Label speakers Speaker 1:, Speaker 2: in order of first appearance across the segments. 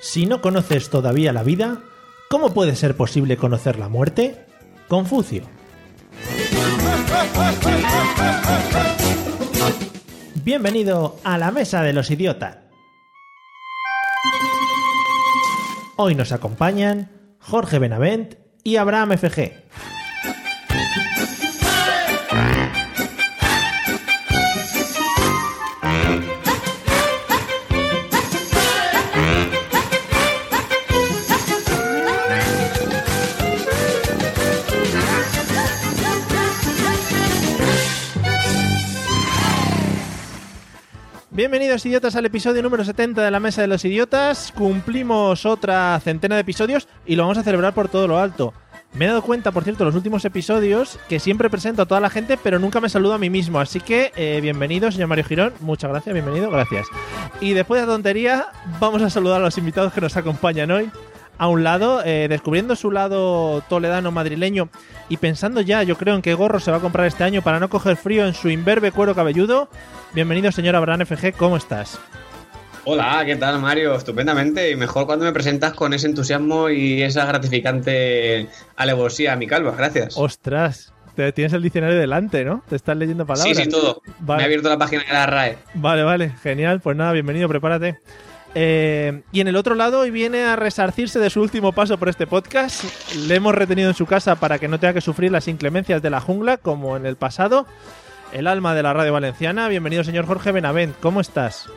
Speaker 1: Si no conoces todavía la vida, ¿cómo puede ser posible conocer la muerte? Confucio. Bienvenido a la Mesa de los Idiotas. Hoy nos acompañan Jorge Benavent y Abraham FG. Bienvenidos idiotas al episodio número 70 de la Mesa de los Idiotas. Cumplimos otra centena de episodios y lo vamos a celebrar por todo lo alto. Me he dado cuenta, por cierto, en los últimos episodios que siempre presento a toda la gente, pero nunca me saludo a mí mismo. Así que eh, bienvenido, señor Mario Girón. Muchas gracias, bienvenido, gracias. Y después de la tontería, vamos a saludar a los invitados que nos acompañan hoy. A un lado, eh, descubriendo su lado toledano madrileño y pensando ya, yo creo, en qué gorro se va a comprar este año para no coger frío en su imberbe cuero cabelludo, Bienvenido, señor Abraham FG, ¿cómo estás?
Speaker 2: Hola, ¿qué tal Mario? Estupendamente y mejor cuando me presentas con ese entusiasmo y esa gratificante alevosía a mi calva, gracias.
Speaker 1: Ostras, te tienes el diccionario delante, ¿no? Te estás leyendo
Speaker 2: sí,
Speaker 1: palabras.
Speaker 2: sí, todo. Me
Speaker 1: Vale.
Speaker 2: he abierto la página de la RAE.
Speaker 1: Vale, vale, genial. Pues nada, bienvenido, prepárate. Eh, y en el otro lado, hoy viene a resarcirse de su último paso por este podcast. Le hemos retenido en su casa para que no tenga que sufrir las inclemencias de la jungla, como en el pasado. El alma de la radio valenciana. Bienvenido, señor Jorge Benavent. ¿Cómo estás?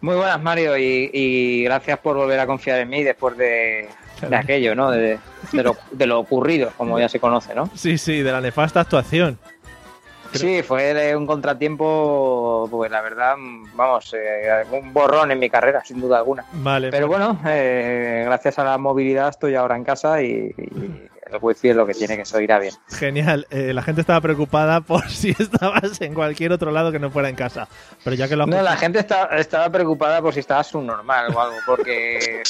Speaker 3: Muy buenas, Mario, y, y gracias por volver a confiar en mí después de, de aquello, ¿no? De, de lo, de lo ocurrido, como ya se conoce, ¿no?
Speaker 1: Sí, sí, de la nefasta actuación.
Speaker 3: Sí, fue de un contratiempo, pues la verdad, mm, vamos, eh, un borrón en mi carrera, sin duda alguna.
Speaker 1: Vale.
Speaker 3: Pero bueno, eh, gracias a la movilidad estoy ahora en casa y, y el wifi es lo que tiene que eso irá bien.
Speaker 1: Genial, Eh, la gente estaba preocupada por si estabas en cualquier otro lado que no fuera en casa. Pero ya que lo has
Speaker 3: No, la
Speaker 1: contado-
Speaker 3: gente está- estaba preocupada por si estaba subnormal o algo, porque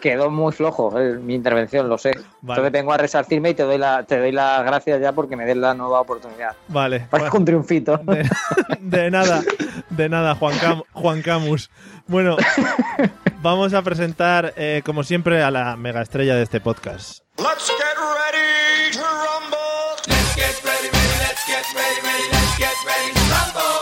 Speaker 3: quedó muy flojo eh, mi intervención, lo sé. Entonces vengo a resarcirme y te doy la, te doy las gracias ya porque me des la nueva oportunidad.
Speaker 1: Vale,
Speaker 3: Parece un triunfito.
Speaker 1: de, de nada, de nada, Juan, Cam- Juan Camus. Bueno, vamos a presentar, eh, como siempre, a la mega estrella de este podcast.
Speaker 4: Let's get ready to rumble. Let's get ready, ready, let's get ready, ready, let's get ready to rumble.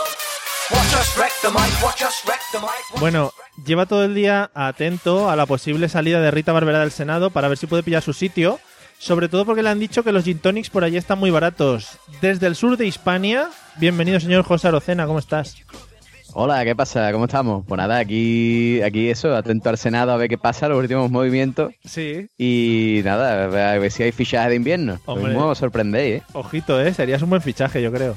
Speaker 4: Watch us wreck the mic, watch us wreck the mic. watch
Speaker 1: Bueno,
Speaker 4: us wreck-
Speaker 1: lleva todo el día atento a la posible salida de Rita Barberá del Senado para ver si puede pillar su sitio. Sobre todo porque le han dicho que los gin tonics por allí están muy baratos. Desde el sur de Hispania, bienvenido señor José Arocena, ¿cómo estás?
Speaker 5: Hola, ¿qué pasa? ¿Cómo estamos? Pues nada, aquí, aquí eso, atento al Senado a ver qué pasa, los últimos movimientos.
Speaker 1: Sí,
Speaker 5: Y nada, a ver- a ver si hay fichajes de invierno. Lo
Speaker 1: Hombre.
Speaker 5: mismo os sorprendéis, ¿eh?
Speaker 1: Ojito, ¿eh? Serías un buen fichaje, yo creo.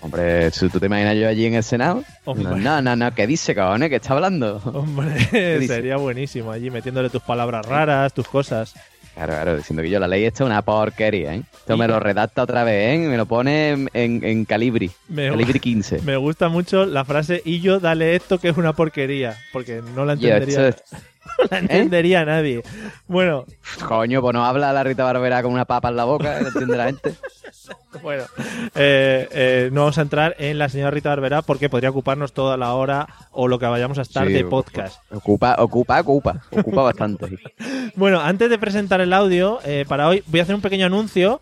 Speaker 5: Hombre, si tú te imaginas yo allí en el Senado.
Speaker 1: Hombre.
Speaker 5: No, no, no, no, ¿qué dice, cabrón? eh? ¿Qué
Speaker 1: Oh.
Speaker 5: está hablando?
Speaker 1: Hombre,
Speaker 5: dice?
Speaker 1: sería buenísimo allí metiéndole tus palabras raras, tus cosas.
Speaker 5: Claro, claro, diciendo que yo la ley esta es una porquería, ¿eh? Esto
Speaker 1: Y-
Speaker 5: me lo redacta otra vez, ¿eh? Y Me lo pone en, en- en calibri.
Speaker 1: Me-
Speaker 5: Calibri 15.
Speaker 1: Me gusta mucho la frase y yo dale esto que es una porquería, porque no la
Speaker 5: Yo, esto
Speaker 1: entendería,
Speaker 5: es- ¿Eh?
Speaker 1: no la entendería nadie. Bueno,
Speaker 5: Coño, pues no habla la Rita Barbera con una papa en la boca, ¿eh? no entiende la gente.
Speaker 1: bueno, eh, eh, no vamos a entrar en la señora Rita Barberá porque podría ocuparnos toda la hora o lo que vayamos a estar
Speaker 5: Sí,
Speaker 1: de podcast.
Speaker 5: Ocupa, ocupa, ocupa. Ocupa bastante.
Speaker 1: Bueno, antes de presentar el audio eh, para hoy, voy a hacer un pequeño anuncio.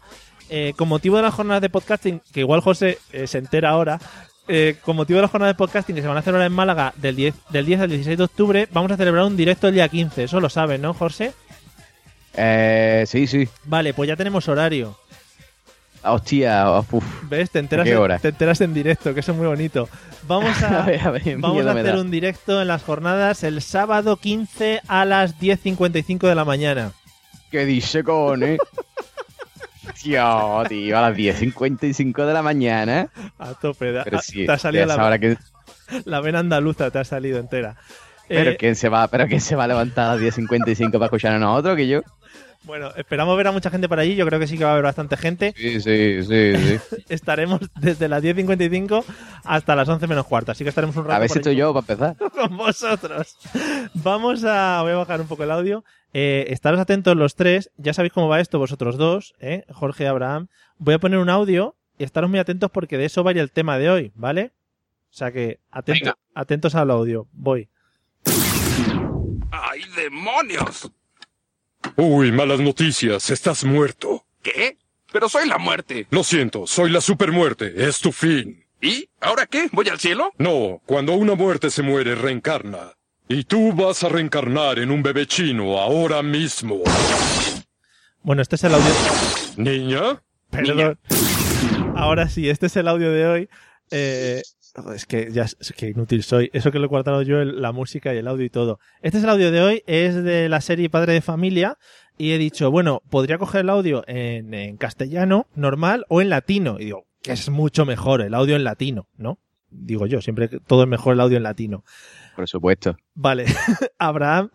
Speaker 1: Eh, con motivo de las jornadas de podcasting, que igual José eh, se entera ahora, eh, con motivo de las jornadas de podcasting que se van a celebrar en Málaga del 10, del 10 al 16 de octubre, vamos a celebrar un directo el día 15. Eso lo sabes, ¿no, José?
Speaker 5: Eh, sí, sí.
Speaker 1: Vale, pues ya tenemos horario.
Speaker 5: Ah, Hostia, oh, uf.
Speaker 1: ¿Ves? Te enteras,
Speaker 5: ¿A qué hora?
Speaker 1: Te enteras en directo, que eso es muy bonito. Vamos a,
Speaker 5: A ver, a ver,
Speaker 1: vamos
Speaker 5: miedo
Speaker 1: a
Speaker 5: me
Speaker 1: hacer
Speaker 5: da.
Speaker 1: un directo en las jornadas el sábado 15 a las 10.55 de la mañana.
Speaker 5: ¿Qué dice, con eh? Tío, tío, a las 10.55 de la mañana.
Speaker 1: A tope, da-
Speaker 5: Pero sí,
Speaker 1: Ah, te ha salido
Speaker 5: ya es
Speaker 1: la,
Speaker 5: ahora que
Speaker 1: La vena andaluza te ha salido entera.
Speaker 5: Pero
Speaker 1: Eh,
Speaker 5: quién se va, pero quién se va a levantar a las 10.55 para escuchar a nosotros que yo.
Speaker 1: Bueno, esperamos ver a mucha gente por allí. Yo creo que sí que va a haber bastante gente.
Speaker 5: Sí, sí, sí, sí.
Speaker 1: Estaremos desde las 10.55 hasta las 11 menos cuarto. Así que estaremos un rato
Speaker 5: A ver
Speaker 1: por
Speaker 5: si
Speaker 1: allí
Speaker 5: estoy yo para empezar.
Speaker 1: con vosotros. Vamos a. Voy a bajar un poco el audio. Eh, estaros atentos los tres. Ya sabéis cómo va esto vosotros dos, ¿eh? Jorge y Abraham. Voy a poner un audio y estaros muy atentos porque de eso va a ir el tema de hoy, ¿vale? O sea que atentos,
Speaker 2: Venga.
Speaker 1: atentos al audio. Voy.
Speaker 6: ¡Ay, demonios!
Speaker 7: Uy, malas noticias, estás muerto.
Speaker 6: ¿Qué? Pero soy la muerte.
Speaker 7: Lo siento, soy la supermuerte, es tu fin.
Speaker 6: ¿Y? ¿Ahora qué? ¿Voy al cielo?
Speaker 7: No, cuando una muerte se muere, reencarna. Y tú vas a reencarnar en un bebé chino ahora mismo.
Speaker 1: Bueno, este es el audio.
Speaker 7: ¿Niña?
Speaker 1: Perdón. Ahora sí, este es el audio de hoy. Eh, joder, es que ya es que inútil soy. Eso que lo he guardado yo, el- la música y el audio y todo. Este es el audio de hoy, es de la serie Padre de Familia. Y he dicho, bueno, podría coger el audio en, en castellano normal o en latino. Y digo, que es mucho mejor el audio en latino, ¿no? Digo yo, siempre que- todo es mejor el audio en latino.
Speaker 5: Por supuesto.
Speaker 1: Vale, Abraham,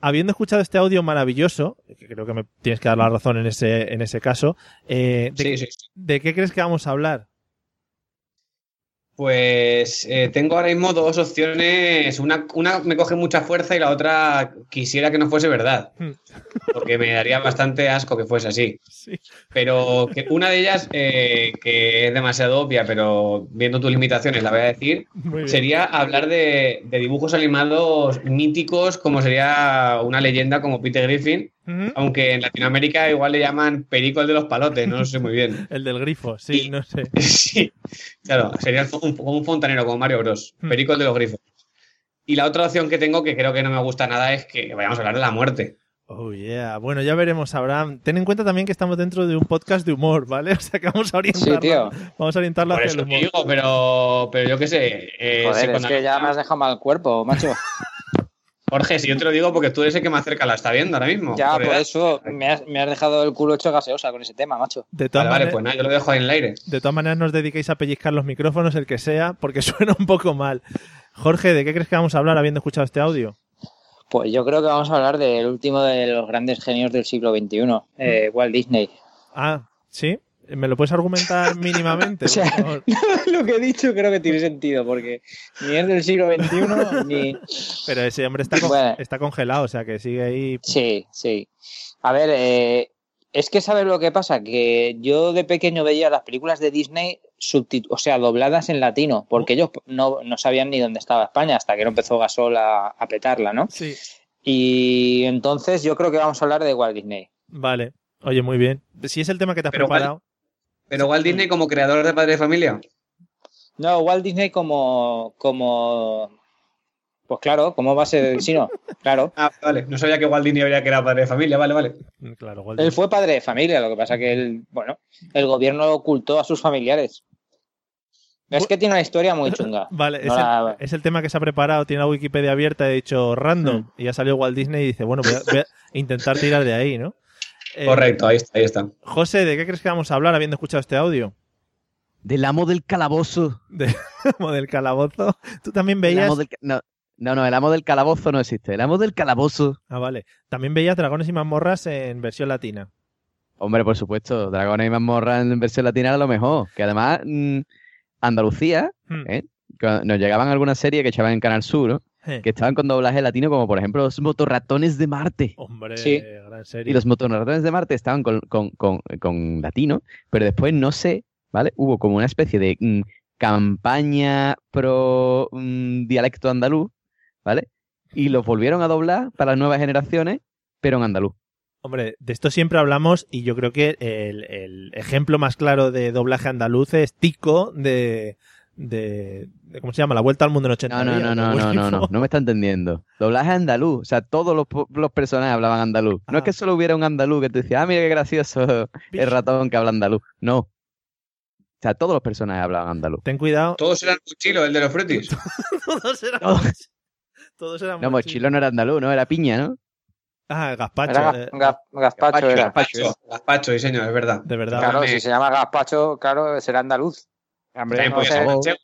Speaker 1: habiendo escuchado este audio maravilloso, que creo que me tienes que dar la razón en ese, en ese caso, eh, de-
Speaker 2: Sí, sí. sí.
Speaker 1: ¿De qué crees que vamos a hablar?
Speaker 2: Pues eh, tengo ahora mismo dos opciones. Una, una me coge mucha fuerza y la otra quisiera que no fuese verdad.
Speaker 1: Hmm.
Speaker 2: Porque me daría bastante asco que fuese así.
Speaker 1: Sí.
Speaker 2: Pero que una de ellas, eh, que es demasiado obvia, pero viendo tus limitaciones la voy a decir,
Speaker 1: Muy bien.
Speaker 2: sería hablar de, de dibujos animados míticos como sería una leyenda como Peter Griffin,
Speaker 1: Ujú.
Speaker 2: aunque en Latinoamérica igual le llaman Perico el de los palotes, no lo sé muy bien.
Speaker 1: El del grifo, sí,
Speaker 2: Y-
Speaker 1: no sé.
Speaker 2: Sí, claro, sería un, como un fontanero como Mario Bros.
Speaker 1: Hmm.
Speaker 2: Perico el de los grifos. Y la otra opción que tengo, que creo que no me gusta nada, es que vayamos a hablar de la muerte.
Speaker 1: Oh, yeah. Bueno, ya veremos, Abraham. Ten en cuenta también que estamos dentro de un podcast de humor, ¿vale? O sea, que vamos a orientarlo,
Speaker 3: Sí, tío.
Speaker 1: Vamos a orientarlo
Speaker 2: Por
Speaker 1: hacia
Speaker 2: eso
Speaker 1: el
Speaker 2: te
Speaker 1: humor.
Speaker 2: digo, pero, pero yo qué sé. eh,
Speaker 3: Joder, es que
Speaker 2: psicoanalista-
Speaker 3: ya me has dejado mal cuerpo, macho.
Speaker 2: Jorge, si yo te lo digo porque tú eres el que más cerca la está viendo ahora mismo.
Speaker 3: Ya,
Speaker 2: Por
Speaker 3: por
Speaker 2: edad.
Speaker 3: eso me has, me has dejado el culo hecho gaseosa con ese tema, macho.
Speaker 1: De todas,
Speaker 2: Vale, vale,
Speaker 1: maneras-
Speaker 2: pues nada, yo lo dejo ahí en el aire.
Speaker 1: de todas maneras, nos dediquéis a pellizcar los micrófonos, el que sea, porque suena un poco mal. Jorge, ¿de qué crees que vamos a hablar habiendo escuchado este audio?
Speaker 3: Pues yo creo que vamos a hablar del último de los grandes genios del siglo XXI, eh, Walt Disney.
Speaker 1: Ah, ¿sí? ¿Me lo puedes argumentar mínimamente?
Speaker 3: O sea,
Speaker 1: por favor?
Speaker 3: Lo que he dicho creo que tiene sentido, porque ni es del siglo XXI ni...
Speaker 1: Pero ese hombre está, con-
Speaker 3: Bueno.
Speaker 1: está congelado, o sea, que sigue ahí.
Speaker 3: Sí, sí. A ver, eh, es que sabes lo que pasa, que yo de pequeño veía las películas de Disney subtitu- o sea, dobladas en latino, porque ellos no, no sabían ni dónde estaba España hasta que no empezó Gasol a, a petarla, ¿no?
Speaker 1: Sí.
Speaker 3: Y entonces yo creo que vamos a hablar de Walt Disney.
Speaker 1: Vale. Oye, muy bien. Si es el tema que te has
Speaker 2: Pero,
Speaker 1: preparado.
Speaker 2: Pero Walt Disney como creador de Padre de Familia.
Speaker 3: No, Walt Disney como, como, pues claro, como va a ser el sino, claro.
Speaker 2: Ah, vale, no sabía que Walt Disney había creado Padre de Familia, vale, vale.
Speaker 1: Mm, Claro, Walt
Speaker 3: Él
Speaker 1: Disney.
Speaker 3: fue padre de familia, lo que pasa que él, bueno, el gobierno ocultó a sus familiares. Es que tiene una historia muy chunga.
Speaker 1: Vale, es,
Speaker 3: No la-
Speaker 1: el, es el tema que se ha preparado, tiene la Wikipedia abierta, he dicho random,
Speaker 2: Mm.
Speaker 1: y ha salido Walt Disney y dice, bueno, voy a, voy a intentar tirar de ahí, ¿no? Eh,
Speaker 2: Correcto, ahí está, ahí está.
Speaker 1: José, ¿de qué crees que vamos a hablar habiendo escuchado este audio?
Speaker 5: Del amo del calabozo.
Speaker 1: Como del calabozo. ¿Tú también
Speaker 5: El
Speaker 1: veías?
Speaker 5: amo del ca- no, no, no, el amo del calabozo no existe. El amo del calabozo.
Speaker 1: Ah, vale. También veías Dragones y Mazmorras en versión latina.
Speaker 5: Hombre, por supuesto, Dragones y Mazmorra en versión latina era lo mejor. Que además, mm, Andalucía,
Speaker 1: Hmm.
Speaker 5: ¿Eh? cuando nos llegaban algunas series que echaban en Canal Sur, ¿no?
Speaker 1: Eh,
Speaker 5: que estaban con doblaje latino, como por ejemplo los motorratones de Marte.
Speaker 1: Hombre,
Speaker 3: Sí.
Speaker 1: gran
Speaker 5: Y
Speaker 1: serie.
Speaker 5: los motorratones de Marte estaban con, con- con- con latino, pero después no sé, ¿vale? Hubo como una especie de mm, campaña pro mm, dialecto andaluz, ¿vale? Y los volvieron a doblar para las nuevas generaciones, pero en andaluz.
Speaker 1: Hombre, de esto siempre hablamos y yo creo que el, el ejemplo más claro de doblaje andaluz es Tico de... de- de- ¿Cómo se llama? La Vuelta al Mundo en 80
Speaker 5: No, no,
Speaker 1: días,
Speaker 5: no,
Speaker 1: de
Speaker 5: no, no,
Speaker 1: Willy
Speaker 5: no, no,
Speaker 1: Fox.
Speaker 5: no me está entendiendo. Doblaje andaluz, o sea, todos los, po- los personajes hablaban andaluz. No es
Speaker 1: Ah.
Speaker 5: que solo hubiera un andaluz que tú decías, ah, mira qué gracioso el ratón que habla andaluz. No. O sea, todos los personajes hablaban andaluz.
Speaker 1: Ten cuidado.
Speaker 2: Todos eran mochilos, el de los frutis.
Speaker 1: Todos eran
Speaker 5: No.
Speaker 1: mochi- Todos eran
Speaker 5: No,
Speaker 1: mochi-
Speaker 5: mochilo no era andaluz, no era piña, ¿no?
Speaker 1: Ah, gazpacho.
Speaker 3: Era
Speaker 1: eh,
Speaker 3: Gaz- Gaz- Gazpacho, era.
Speaker 2: Gazpacho, Gazpacho, sí señor, es verdad.
Speaker 1: de verdad.
Speaker 3: Claro,
Speaker 2: Dame.
Speaker 3: si se llama gazpacho, claro, será andaluz.
Speaker 5: Hombre,
Speaker 2: También
Speaker 3: no
Speaker 2: podía
Speaker 3: sé.
Speaker 2: ser manchego.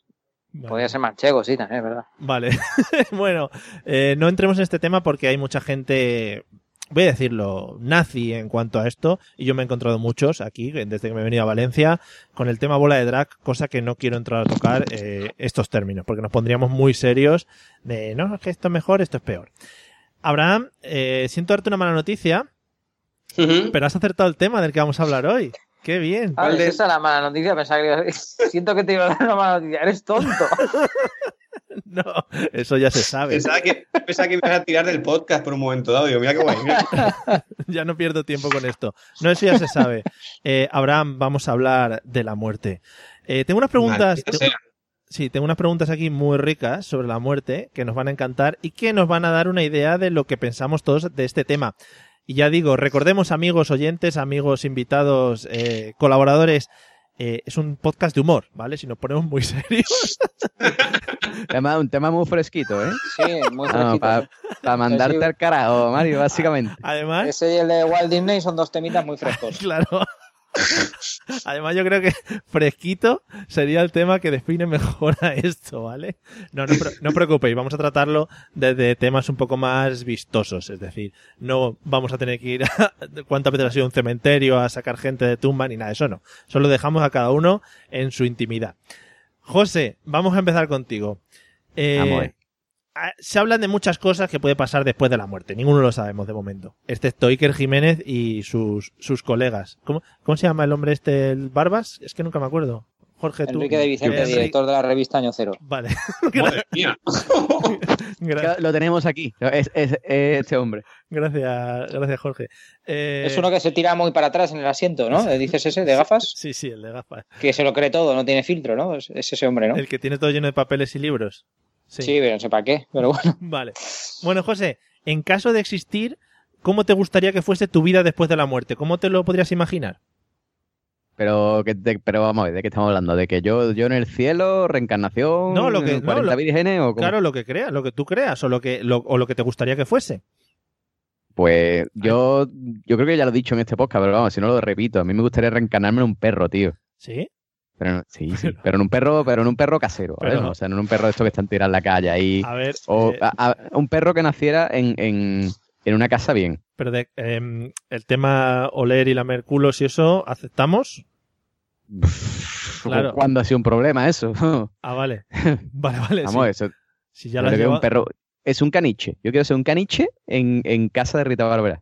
Speaker 1: Vale.
Speaker 3: Podría ser manchego, sí, también, ¿verdad?
Speaker 1: Vale. bueno, eh, no entremos en este tema porque hay mucha gente, voy a decirlo, nazi en cuanto a esto. Y yo me he encontrado muchos aquí, desde que me he venido a Valencia, con el tema bola de drag, cosa que no quiero entrar a tocar eh, estos términos, porque nos pondríamos muy serios de, no, es que esto es mejor, esto es peor. Abraham, eh, siento darte una mala noticia,
Speaker 2: Ujú.
Speaker 1: pero has acertado el tema del que vamos a hablar hoy. ¡Qué bien!
Speaker 3: Ah,
Speaker 2: ¿Cuál
Speaker 3: ¿es
Speaker 2: de-
Speaker 3: esa la mala noticia? Pensaba que iba a decir- siento que te iba a dar una mala noticia. Eres tonto.
Speaker 1: No, eso ya se sabe.
Speaker 2: Pensaba que, pensaba que me ibas a tirar del podcast por un momento dado. Digo, mira qué guay. mira.
Speaker 1: ya no pierdo tiempo con esto. No, eso ya se sabe. Eh, Abraham, vamos a hablar de la muerte. Eh, tengo unas preguntas.
Speaker 2: Maldita
Speaker 1: te-
Speaker 2: sea.
Speaker 1: sí, tengo unas preguntas aquí muy ricas sobre la muerte que nos van a encantar y que nos van a dar una idea de lo que pensamos todos de este tema. Y ya digo, recordemos amigos oyentes, amigos invitados, eh, colaboradores, eh, es un podcast de humor, ¿vale? Si nos ponemos muy serios.
Speaker 5: Tema- un tema muy fresquito, ¿eh?
Speaker 3: Sí, muy
Speaker 1: Ah,
Speaker 3: fresquito.
Speaker 5: para mandarte al carajo, Mario, básicamente.
Speaker 1: Además,
Speaker 3: Ese y el de Walt Disney son dos temitas muy frescos.
Speaker 1: Claro. Además, yo creo que fresquito sería el tema que define mejor a esto, ¿vale? No, no, pre- no preocupéis, vamos a tratarlo desde temas un poco más vistosos, es decir, no vamos a tener que ir a cuántas veces ha sido un cementerio a sacar gente de tumba ni nada, de eso no. Solo dejamos a cada uno en su intimidad. José, vamos a empezar contigo. Eh,
Speaker 5: Vamos, eh.
Speaker 1: Ah, se hablan de muchas cosas que puede pasar después de la muerte. Ninguno lo sabemos de momento. Excepto Iker Jiménez y sus, sus colegas. ¿Cómo, ¿Cómo se llama el hombre este, el Barbas? Es que nunca me acuerdo. Jorge, tú.
Speaker 3: Enrique de Vicente,
Speaker 1: Enrique-
Speaker 3: director de la revista Año Cero.
Speaker 1: Vale.
Speaker 2: Madre mía.
Speaker 1: Gra-
Speaker 5: Lo tenemos aquí, es, es- es este hombre.
Speaker 1: gracias, gracias, Jorge. Eh,
Speaker 3: Es uno que se tira muy para atrás en el asiento, ¿no? Dices ese, de gafas,
Speaker 1: Sí, sí, el de gafas.
Speaker 3: que se lo cree todo, no tiene filtro, ¿no? Es es ese hombre, ¿no?
Speaker 1: El que tiene todo lleno de papeles y libros.
Speaker 3: Sí, pero no sé para qué, pero bueno.
Speaker 1: Vale. Bueno, José, en caso de existir, ¿cómo te gustaría que fuese tu vida después de la muerte? ¿Cómo te lo podrías imaginar?
Speaker 5: Pero, que te- pero vamos a ver, ¿de qué estamos hablando? ¿De que yo, yo en el cielo, reencarnación,
Speaker 1: No, lo que- no,
Speaker 5: 40
Speaker 1: lo-
Speaker 5: vírgenes o cómo?
Speaker 1: Claro, lo que creas, lo que tú creas o lo que, lo- o lo que te gustaría que fuese.
Speaker 5: Pues yo, yo creo que ya lo he dicho en este podcast, pero vamos, si no lo repito, a mí me gustaría reencarnarme en un perro, tío.
Speaker 1: ¿Sí?
Speaker 5: Pero no- sí, sí, pero en un perro, pero en un perro casero, ¿vale?
Speaker 1: Pero-
Speaker 5: O sea, no en un perro de estos que están tirados en la calle ahí.
Speaker 1: A ver,
Speaker 5: O
Speaker 1: eh,
Speaker 3: ah.
Speaker 5: a- a- un perro que naciera en, en, en una casa bien.
Speaker 1: pero de- em, el tema oler y lamer culos y eso, ¿aceptamos? Claro.
Speaker 5: ¿Cuándo ha sido un problema eso?
Speaker 1: Ah, vale. Vale, vale.
Speaker 5: Vamos,
Speaker 1: sí.
Speaker 5: eso.
Speaker 1: Si ya
Speaker 5: yo
Speaker 1: lo has
Speaker 5: creo que un
Speaker 1: llevado-
Speaker 5: perro es un caniche. Yo quiero ser un caniche en, en casa de Rita Barberá.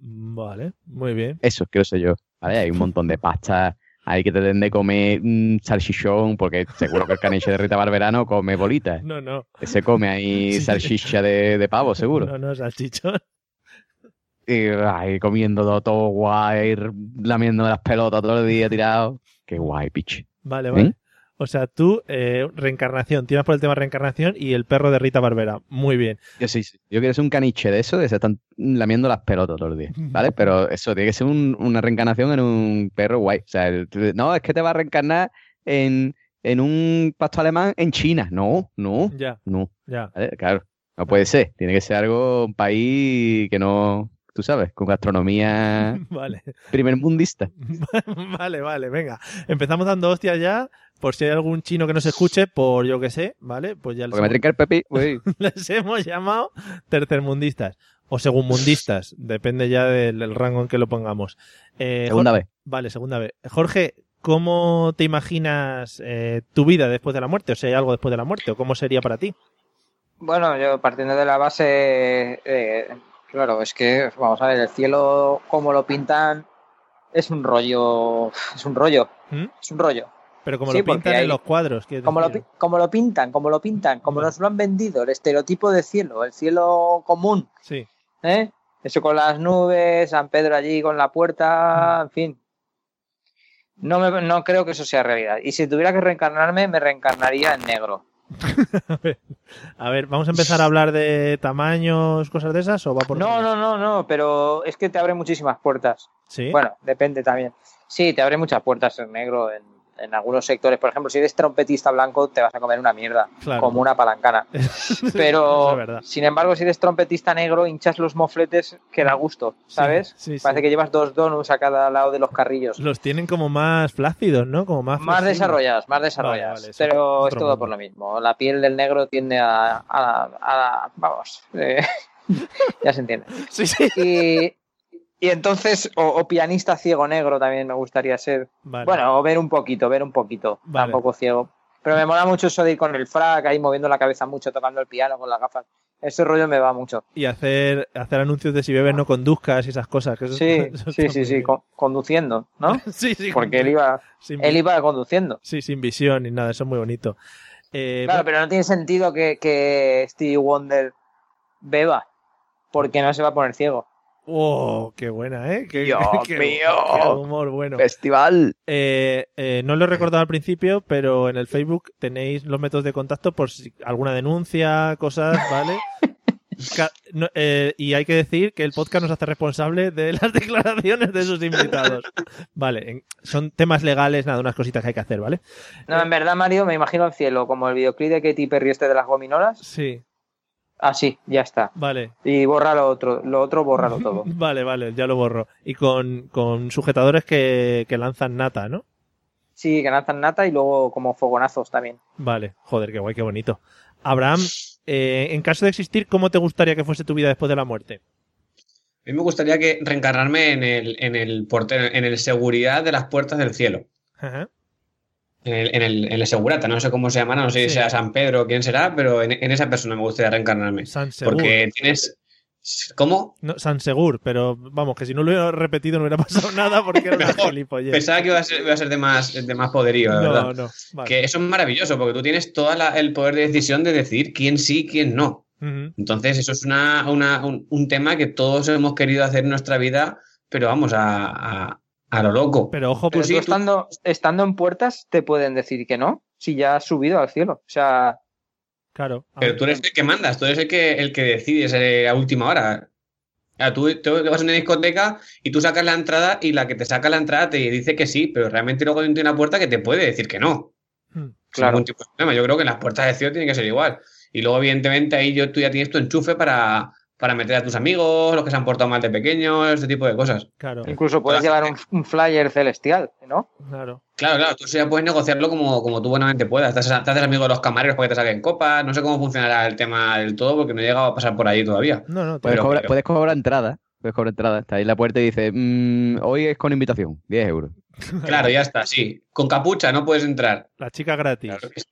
Speaker 1: Vale, muy bien.
Speaker 5: Eso quiero ser yo. ¿Vale? Hay un montón de pasta. Hay que te den de comer mm, salchichón, porque seguro que el caniche de Rita Barberá no come bolitas.
Speaker 1: No, no.
Speaker 5: Se come ahí
Speaker 1: Sí.
Speaker 5: salchicha de, de pavo, seguro.
Speaker 1: No, no, salchichón.
Speaker 5: Y, ay, comiendo todo, todo guay, lamiendo las pelotas todo el día tirado. Qué guay, piche. ¿Mm?
Speaker 1: Vale,
Speaker 3: ¿Mm?
Speaker 5: ¿Sí?
Speaker 1: vale. O sea, tú, eh, reencarnación. Tiras por el tema reencarnación y el perro de Rita Barbera. Muy bien.
Speaker 5: Yo sí, sí. Yo quiero ser un caniche de eso, de se están lamiendo las pelotas todo el día, ¿vale? Pero eso tiene que ser un- una reencarnación en un perro guay. O sea, el- tú- no, es que te va a reencarnar en, en un pasto alemán en China. No, no,
Speaker 1: Ya,
Speaker 5: no,
Speaker 1: ya.
Speaker 5: ¿vale? Claro, no puede ser. Tiene que ser algo, un país que no, tú sabes,
Speaker 3: ¿Eh?
Speaker 5: con gastronomía
Speaker 1: Vale.
Speaker 5: primer mundista.
Speaker 1: Vale, vale, venga. Empezamos dando hostias ya. Por si hay algún chino que nos escuche, por yo que sé, ¿vale? Pues ya les
Speaker 5: Porque me trinca el pepí, uy.
Speaker 1: les hemos llamado tercermundistas o segundmundistas, depende ya del, del rango en que lo pongamos. Eh,
Speaker 5: segunda vez.
Speaker 1: Jor- Vale, segunda vez. Jorge, ¿cómo te imaginas eh, tu vida después de la muerte? O sea, ¿hay algo después de la muerte? ¿O cómo sería para ti?
Speaker 3: Bueno, yo partiendo de la base, eh, claro, es que, vamos a ver, el cielo, como lo pintan, es un rollo, es un rollo,
Speaker 1: ¿Mm?
Speaker 3: es un rollo.
Speaker 1: Pero como
Speaker 3: Sí,
Speaker 1: lo pintan
Speaker 3: porque hay-
Speaker 1: en los cuadros. quiero
Speaker 3: Como lo,
Speaker 1: decir.
Speaker 3: pi- como lo pintan, como lo pintan, como
Speaker 1: Vale.
Speaker 3: nos lo han vendido, el estereotipo de cielo, el cielo común,
Speaker 1: Sí.
Speaker 3: ¿eh? Eso con las nubes, San Pedro allí con la
Speaker 1: Mm.
Speaker 3: puerta, en fin. No, me, no creo que eso sea realidad. Y si tuviera que reencarnarme, me reencarnaría en negro.
Speaker 1: A ver, ¿vamos a empezar a hablar de tamaños, cosas de esas? ¿O va por.?
Speaker 3: No, no, no, no, pero es que te abre muchísimas puertas.
Speaker 1: Sí.
Speaker 3: Bueno, depende también. Sí, te abre muchas puertas en negro, en, en algunos sectores. Por ejemplo, si eres trompetista blanco, te vas a comer una mierda,
Speaker 1: Claro.
Speaker 3: como una palancana.
Speaker 1: Eso es
Speaker 3: Pero,
Speaker 1: verdad.
Speaker 3: sin embargo, si eres trompetista negro, hinchas los mofletes que da gusto,
Speaker 1: Sí,
Speaker 3: ¿sabes?
Speaker 1: sí, sí.
Speaker 3: Parece que llevas dos donuts a cada lado de los carrillos.
Speaker 1: Los tienen como más flácidos, ¿no? Como más.
Speaker 3: Más
Speaker 1: flexibles.
Speaker 3: desarrolladas, más desarrolladas.
Speaker 1: vale, sí.
Speaker 3: pero es
Speaker 1: Otro
Speaker 3: todo
Speaker 1: mundo.
Speaker 3: por lo mismo. La piel del negro tiende a. a- a- vamos. eh, ya se entiende.
Speaker 1: Sí, sí.
Speaker 3: Y, y entonces, o, o pianista ciego negro también me gustaría ser.
Speaker 1: Vale.
Speaker 3: Bueno, o ver un poquito, ver un poquito.
Speaker 1: Vale.
Speaker 3: Tampoco ciego. Pero me mola mucho eso de ir con el frac, ahí moviendo la cabeza mucho, tocando el piano con las gafas. Ese rollo me va mucho.
Speaker 1: Y hacer, hacer anuncios de si bebes no conduzcas y esas cosas. Que eso-
Speaker 3: Sí,
Speaker 1: eso
Speaker 3: sí,
Speaker 1: está
Speaker 3: sí,
Speaker 1: muy
Speaker 3: sí,
Speaker 1: bien.
Speaker 3: con- conduciendo, ¿no?
Speaker 1: sí, sí.
Speaker 3: Porque él iba,
Speaker 1: sin,
Speaker 3: él iba conduciendo.
Speaker 1: Sí, sin visión ni nada, eso es muy bonito. Eh,
Speaker 3: Claro,
Speaker 1: bueno,
Speaker 3: pero no tiene sentido que, que Stevie Wonder beba, porque no se va a poner ciego.
Speaker 1: ¡Oh, qué buena, eh! Qué,
Speaker 5: Dios
Speaker 1: qué-
Speaker 5: mío.
Speaker 1: qué humor bueno.
Speaker 5: Festival.
Speaker 1: Eh, eh, no lo he recordado al principio, pero en el Facebook tenéis los métodos de contacto por si alguna denuncia, cosas, ¿vale? Ca- no, eh, y hay que decir que el podcast nos hace responsable de las declaraciones de sus invitados. Vale, en- son temas legales, nada, unas cositas que hay que hacer, ¿vale?
Speaker 3: No, en verdad, Mario, me imagino el cielo, como el videoclip de Katy Perry este de las gominolas.
Speaker 1: Sí,
Speaker 3: Así, ya está.
Speaker 1: vale.
Speaker 3: Y borra lo otro, lo otro, bórralo todo.
Speaker 1: Vale, vale, ya lo borro. Y con, con sujetadores que, que lanzan nata, ¿no?
Speaker 3: Sí, que lanzan nata y luego como fogonazos también.
Speaker 1: Vale, joder, qué guay, qué bonito. Abraham, eh, en caso de existir, ¿cómo te gustaría que fuese tu vida después de la muerte?
Speaker 2: A mí me gustaría que reencarnarme en el, en el portero, en el seguridad de las puertas del cielo.
Speaker 1: Ajá.
Speaker 2: En el, en el, en el segurata, no sé cómo se llamará, no sé si
Speaker 1: Sí.
Speaker 2: sea San Pedro o quién será, pero en, en esa persona me gustaría reencarnarme.
Speaker 1: San Segur.
Speaker 2: Porque tienes. ¿Cómo?
Speaker 1: No, San Segur, pero vamos, que si no lo hubiera repetido no hubiera pasado nada porque era una
Speaker 2: Mejor.
Speaker 1: gilipollez.
Speaker 2: Pensaba que iba a ser, iba a ser de, más, de más poderío, la verdad.
Speaker 1: No, no. Vale.
Speaker 2: Que eso es maravilloso, porque tú tienes todo el poder de decisión de decidir quién sí, quién no.
Speaker 1: Ujú.
Speaker 2: Entonces, eso es una, una- un, un tema que todos hemos querido hacer en nuestra vida, pero vamos, a, a, a lo loco.
Speaker 1: Pero ojo,
Speaker 3: Pero
Speaker 1: pues
Speaker 3: tú
Speaker 2: sí, tú-
Speaker 3: estando, estando en puertas te pueden decir que no, si ya has subido al cielo. O sea,
Speaker 1: claro. a
Speaker 2: Pero
Speaker 1: ver.
Speaker 2: tú eres el que mandas, tú eres el que, el que decides eh, a última hora. Ah, tú, tú vas a una discoteca y tú sacas la entrada y la que te saca la entrada te dice que sí, pero realmente luego hay una puerta que te puede decir que no.
Speaker 1: Mm.
Speaker 2: Sin
Speaker 3: Claro.
Speaker 2: ningún tipo de problema. Yo creo que en las puertas de cielo tiene que ser igual. Y luego, evidentemente, ahí yo, tú ya tienes tu enchufe para, para meter a tus amigos, los que se han portado mal de pequeños, este tipo de cosas.
Speaker 1: Claro,
Speaker 3: incluso puedes llevar un, un flyer celestial, ¿no?
Speaker 1: claro.
Speaker 2: Claro, claro, tú ya puedes negociarlo como, como tú buenamente puedas. Te haces, te haces amigo de los camareros para que te saquen copas. No sé cómo funcionará el tema del todo porque no he llegado a pasar por ahí todavía.
Speaker 1: No, no,
Speaker 5: Puedes,
Speaker 2: Pero-
Speaker 5: cobrar,
Speaker 2: pero-
Speaker 5: puedes cobrar entrada. Puedes cobrar entrada. Está ahí en la puerta y dice, "Mm, hoy es con invitación, 10 euros.
Speaker 2: Claro, ya está, sí. Con capucha no puedes entrar.
Speaker 1: la chica gratis.
Speaker 2: Claro, que sí.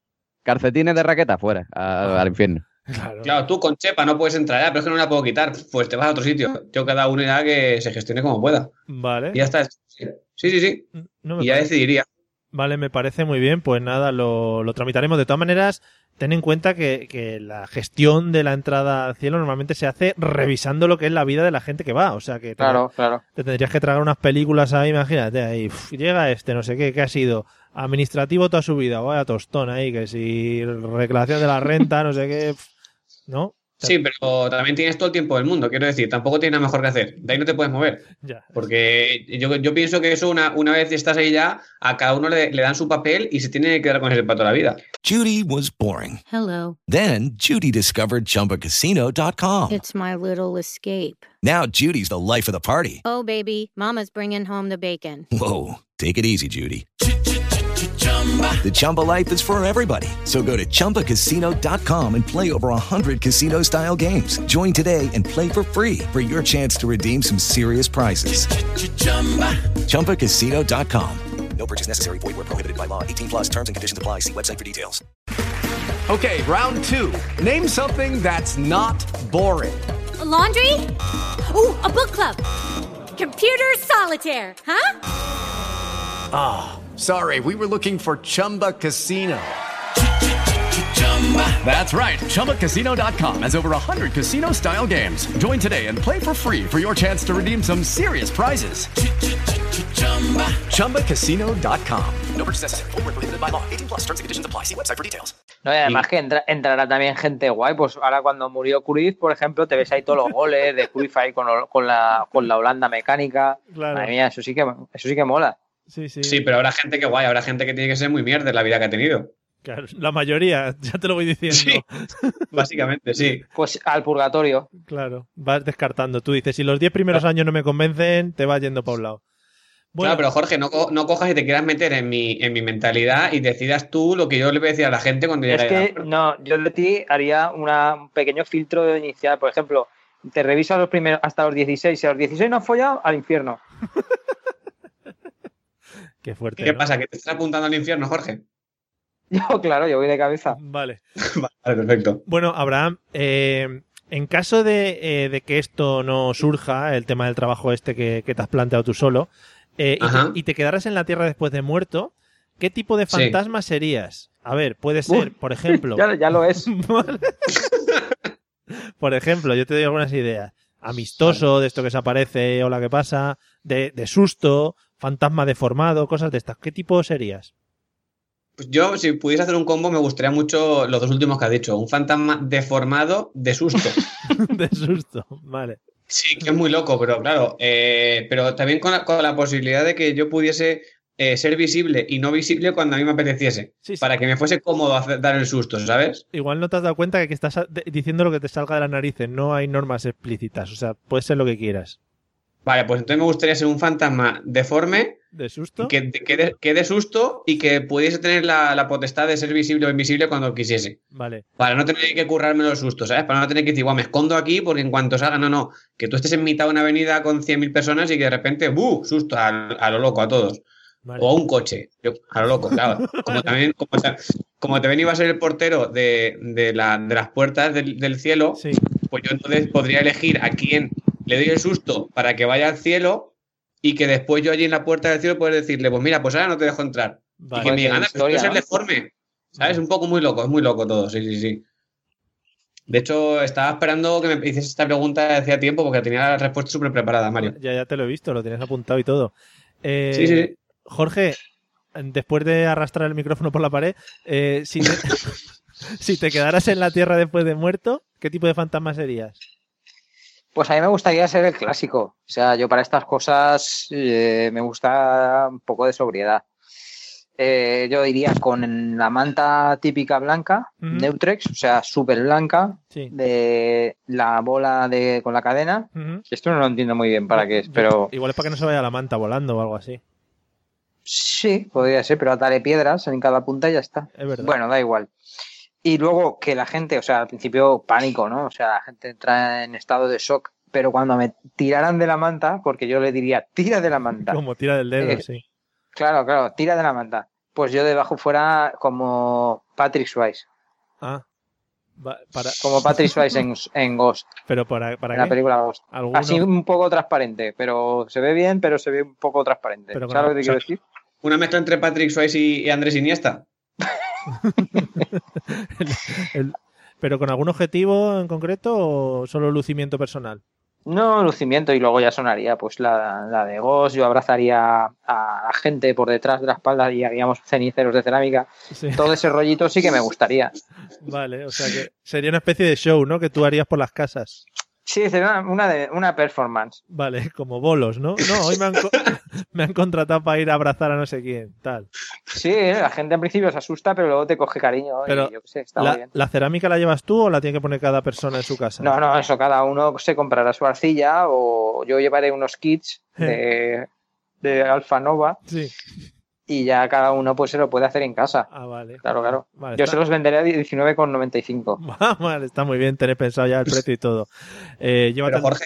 Speaker 5: Calcetines de raqueta, fuera, a- al infierno.
Speaker 1: Claro.
Speaker 2: Claro, tú con chepa no puedes entrar, ya, pero es que no la puedo quitar. Pues te vas a otro sitio. Yo cada uno irá que se gestione como pueda.
Speaker 1: Vale. Mm,
Speaker 2: Y ya está. Sí, sí, sí.
Speaker 1: No me
Speaker 2: Y ya
Speaker 1: parece-
Speaker 2: decidiría.
Speaker 1: Vale, me parece muy bien. Pues nada, lo, lo tramitaremos. De todas maneras, ten en cuenta que, que la gestión de la entrada al cielo normalmente se hace revisando lo que es la vida de la gente que va. O sea que te,
Speaker 3: Claro, claro.
Speaker 1: te tendrías que tragar unas películas ahí, imagínate. Ahí uf, llega este, no sé qué, que ha sido administrativo toda su vida. Vaya tostón ahí, que si reclamación de la renta, no sé qué. uf, ¿No?
Speaker 2: Sí, pero también tienes todo el tiempo del mundo, quiero decir. Tampoco tienes nada mejor que hacer. De ahí no te puedes mover.
Speaker 1: Ya.
Speaker 2: Porque yo, yo pienso que eso, una, una vez estás ahí ya, a cada uno le, le dan su papel y se tiene que quedar con ese para toda la vida.
Speaker 4: Judy was boring.
Speaker 8: Hello,
Speaker 4: Then Judy discovered ChumbaCasino.com.
Speaker 8: it's my little escape.
Speaker 4: Now Judy's the life of the party.
Speaker 8: Oh, baby, Mama's bringing home the bacon.
Speaker 4: Whoa, take it easy, Judy. The Chumba life is for everybody. So go to ChumbaCasino.com and play over 100 casino style games. Join today and play for free for your chance to redeem some serious prizes. ChumbaCasino.com. No purchase necessary. Void where prohibited by law. 18 plus terms and conditions apply. See website for details.
Speaker 9: Okay, round two. Name something that's not boring.
Speaker 8: laundry? Ooh, a book club. Computer solitaire, huh?
Speaker 9: Sorry, we were looking for Chumba Casino. That's right. ChumbaCasino.com has over 100 casino style games. Join today and play for free for your chance to redeem some serious prizes. ChumbaCasino.com. No purchase necessary. Void where prohibited by law. 18 plus terms and conditions apply. See website for details.
Speaker 3: No, y además que entra- entrará también gente guay. Pues ahora cuando murió Cruyff, por ejemplo, te ves ahí todos los goles de Cruyff ahí con, con, la, con la Holanda mecánica.
Speaker 1: Claro.
Speaker 3: Madre mía, eso sí que, eso sí que mola.
Speaker 1: Sí, sí.
Speaker 2: Sí, pero habrá gente que guay, habrá gente que tiene que ser muy mierda en la vida que ha tenido.
Speaker 1: Claro, la mayoría, ya te lo voy diciendo.
Speaker 2: Sí. Básicamente, sí.
Speaker 3: Pues al purgatorio.
Speaker 1: Claro, vas descartando. Tú dices, si los 10 primeros años no me convencen, te vas yendo para un lado. Bueno,
Speaker 2: Claro, pero Jorge, no, co- no cojas y te quieras meter en mi, en mi mentalidad y decidas tú lo que yo le voy a decir a la gente cuando
Speaker 3: Es
Speaker 2: llegue a la
Speaker 3: que no, yo de ti haría una- un pequeño filtro inicial. Por ejemplo, te reviso los primeros, hasta los 16. Si a los 16 no has follado, al infierno.
Speaker 1: qué fuerte.
Speaker 2: ¿Qué
Speaker 1: ¿no?
Speaker 2: pasa? ¿Que te estás apuntando al infierno, Jorge?
Speaker 3: Yo, claro, yo voy de cabeza.
Speaker 1: Vale.
Speaker 2: Vale, perfecto.
Speaker 1: Bueno, Abraham, eh, en caso de, eh, de que esto no surja, el tema del trabajo este que, que te has planteado tú solo, eh, y,
Speaker 2: Ajá.
Speaker 1: te, y te quedaras en la Tierra después de muerto, ¿qué tipo de
Speaker 2: Sí.
Speaker 1: fantasma serías? A ver, puede ser, por ejemplo,
Speaker 3: Ya, ya lo es.
Speaker 1: Vale. Por ejemplo, yo te doy algunas ideas. Amistoso, de esto que se aparece, hola, ¿qué pasa? De, de susto, fantasma deformado, cosas de estas. ¿Qué tipo serías?
Speaker 2: Pues yo, si pudiese hacer un combo, me gustaría mucho los dos últimos que has dicho. Un fantasma deformado de susto.
Speaker 1: de susto, vale.
Speaker 2: Sí, que es muy loco, pero claro. eh, pero también con la, con la posibilidad de que yo pudiese eh, ser visible y no visible cuando a mí me apeteciese.
Speaker 1: Sí, sí.
Speaker 2: Para que me fuese cómodo hacer- dar el susto, ¿sabes?
Speaker 1: Igual no te has dado cuenta que estás a- de- diciendo lo que te salga de las narices. No hay normas explícitas. O sea, puede ser lo que quieras.
Speaker 2: Vale, pues entonces me gustaría ser un fantasma deforme,
Speaker 1: De susto.
Speaker 2: que, que, dé- que dé susto y que pudiese tener la, la potestad de ser visible o invisible cuando quisiese.
Speaker 1: Vale.
Speaker 2: Para no tener que currarme los sustos, ¿sabes? Para no tener que decir, guau, me escondo aquí porque en cuanto salga, no, no, que tú estés en mitad de una avenida con 100.000 personas y que de repente, ¡buh! Susto a, a lo loco, a todos.
Speaker 1: vale.
Speaker 3: ¿Oh?
Speaker 2: O a un coche, yo- a lo loco, claro. Como también, como, ta- como también iba a ser el portero de, de la- de las puertas del, del cielo,
Speaker 1: Sí,
Speaker 2: pues yo entonces podría elegir a quién le doy el susto para que vaya al cielo y que después yo allí en la puerta del cielo pueda decirle, pues mira, pues ahora no te dejo entrar. Y que
Speaker 1: vale.
Speaker 2: me digan,
Speaker 3: Pues,
Speaker 2: "Ah, pero tú
Speaker 3: historia,
Speaker 2: eres el
Speaker 3: ¿no?
Speaker 2: deforme. ¿Sabes? Un poco muy loco, es muy loco todo, sí, sí, sí. De hecho, estaba esperando que me hicieses esta pregunta desde hacía tiempo porque tenía la respuesta súper preparada,
Speaker 3: Eh,
Speaker 2: Mario.
Speaker 1: Ya, ya te lo he visto, lo tenías apuntado y todo. Eh,
Speaker 2: Sí, sí, sí.
Speaker 1: Jorge, después de arrastrar el micrófono por la pared, eh, si, te, si te quedaras en la tierra después de muerto, ¿qué tipo de fantasma serías?
Speaker 3: Pues a mí me gustaría ser el clásico. O sea, yo para estas cosas eh, me gusta un poco de sobriedad. Eh, yo iría con la manta típica blanca,
Speaker 1: Ujú.
Speaker 3: Neutrex, o sea, súper blanca,
Speaker 1: Sí.
Speaker 3: de la bola de, con la cadena.
Speaker 1: Ujú.
Speaker 3: Esto no lo entiendo muy bien para qué es,
Speaker 1: Yo-
Speaker 3: pero
Speaker 1: Igual es para que no se vaya la manta volando o algo así.
Speaker 3: sí, podría ser, pero ataré piedras en cada punta y ya está.
Speaker 1: Es verdad.
Speaker 3: Bueno, da igual. Y luego que la gente, o sea, al principio pánico, ¿no? O sea, la gente entra en estado de shock, pero cuando me tiraran de la manta, porque yo le diría, tira de la manta.
Speaker 1: Como tira del dedo,
Speaker 3: Eh,
Speaker 1: sí.
Speaker 3: Claro, claro, tira de la manta. Pues yo debajo fuera como Patrick Swayze,
Speaker 1: Ah. Va- para,
Speaker 3: como Patrick Swayze en, en Ghost,
Speaker 1: pero para,
Speaker 3: en
Speaker 1: para
Speaker 3: la
Speaker 1: qué?
Speaker 3: película Ghost.
Speaker 1: ¿Alguno?
Speaker 3: Así un poco transparente, pero se ve bien, pero se ve un poco transparente.
Speaker 1: Pero con
Speaker 3: ¿Sabes lo
Speaker 1: la-
Speaker 3: que quiero decir?
Speaker 2: Una mezcla entre Patrick Swayze y y Andrés Iniesta.
Speaker 1: El- ¿Pero con algún objetivo en concreto o solo lucimiento personal?
Speaker 3: No, lucimiento, y luego ya sonaría pues la, la de Ghost, yo abrazaría a la gente por detrás de la espalda y haríamos ceniceros de cerámica.
Speaker 1: Sí,
Speaker 3: Todo ese rollito sí que me gustaría.
Speaker 1: vale, o sea que sería una especie de show, ¿no? Que tú harías por las casas.
Speaker 3: Sí, sería una, una de- una performance.
Speaker 1: Vale, como bolos, ¿no? No, hoy me han, co- me han contratado para ir a abrazar a no sé quién, tal.
Speaker 3: Sí, eh, la gente en principio se asusta, pero luego te coge cariño
Speaker 1: Pero
Speaker 3: y yo qué sé, está muy
Speaker 1: La,
Speaker 3: bien.
Speaker 1: ¿La cerámica la llevas tú o la tiene que poner cada persona en su casa?
Speaker 3: No, no, eso cada uno se comprará su arcilla o yo llevaré unos kits de, de Alfanova
Speaker 1: Sí.
Speaker 3: y ya cada uno pues se lo puede hacer en casa.
Speaker 1: Ah, vale.
Speaker 3: Claro, claro.
Speaker 1: Vale,
Speaker 3: Yo
Speaker 1: está- Ah,
Speaker 3: se los venderé a 19,95.
Speaker 1: Vale, está muy bien tener pensado ya el precio y todo. Eh, llévate
Speaker 2: Pero
Speaker 1: el-
Speaker 2: Jorge,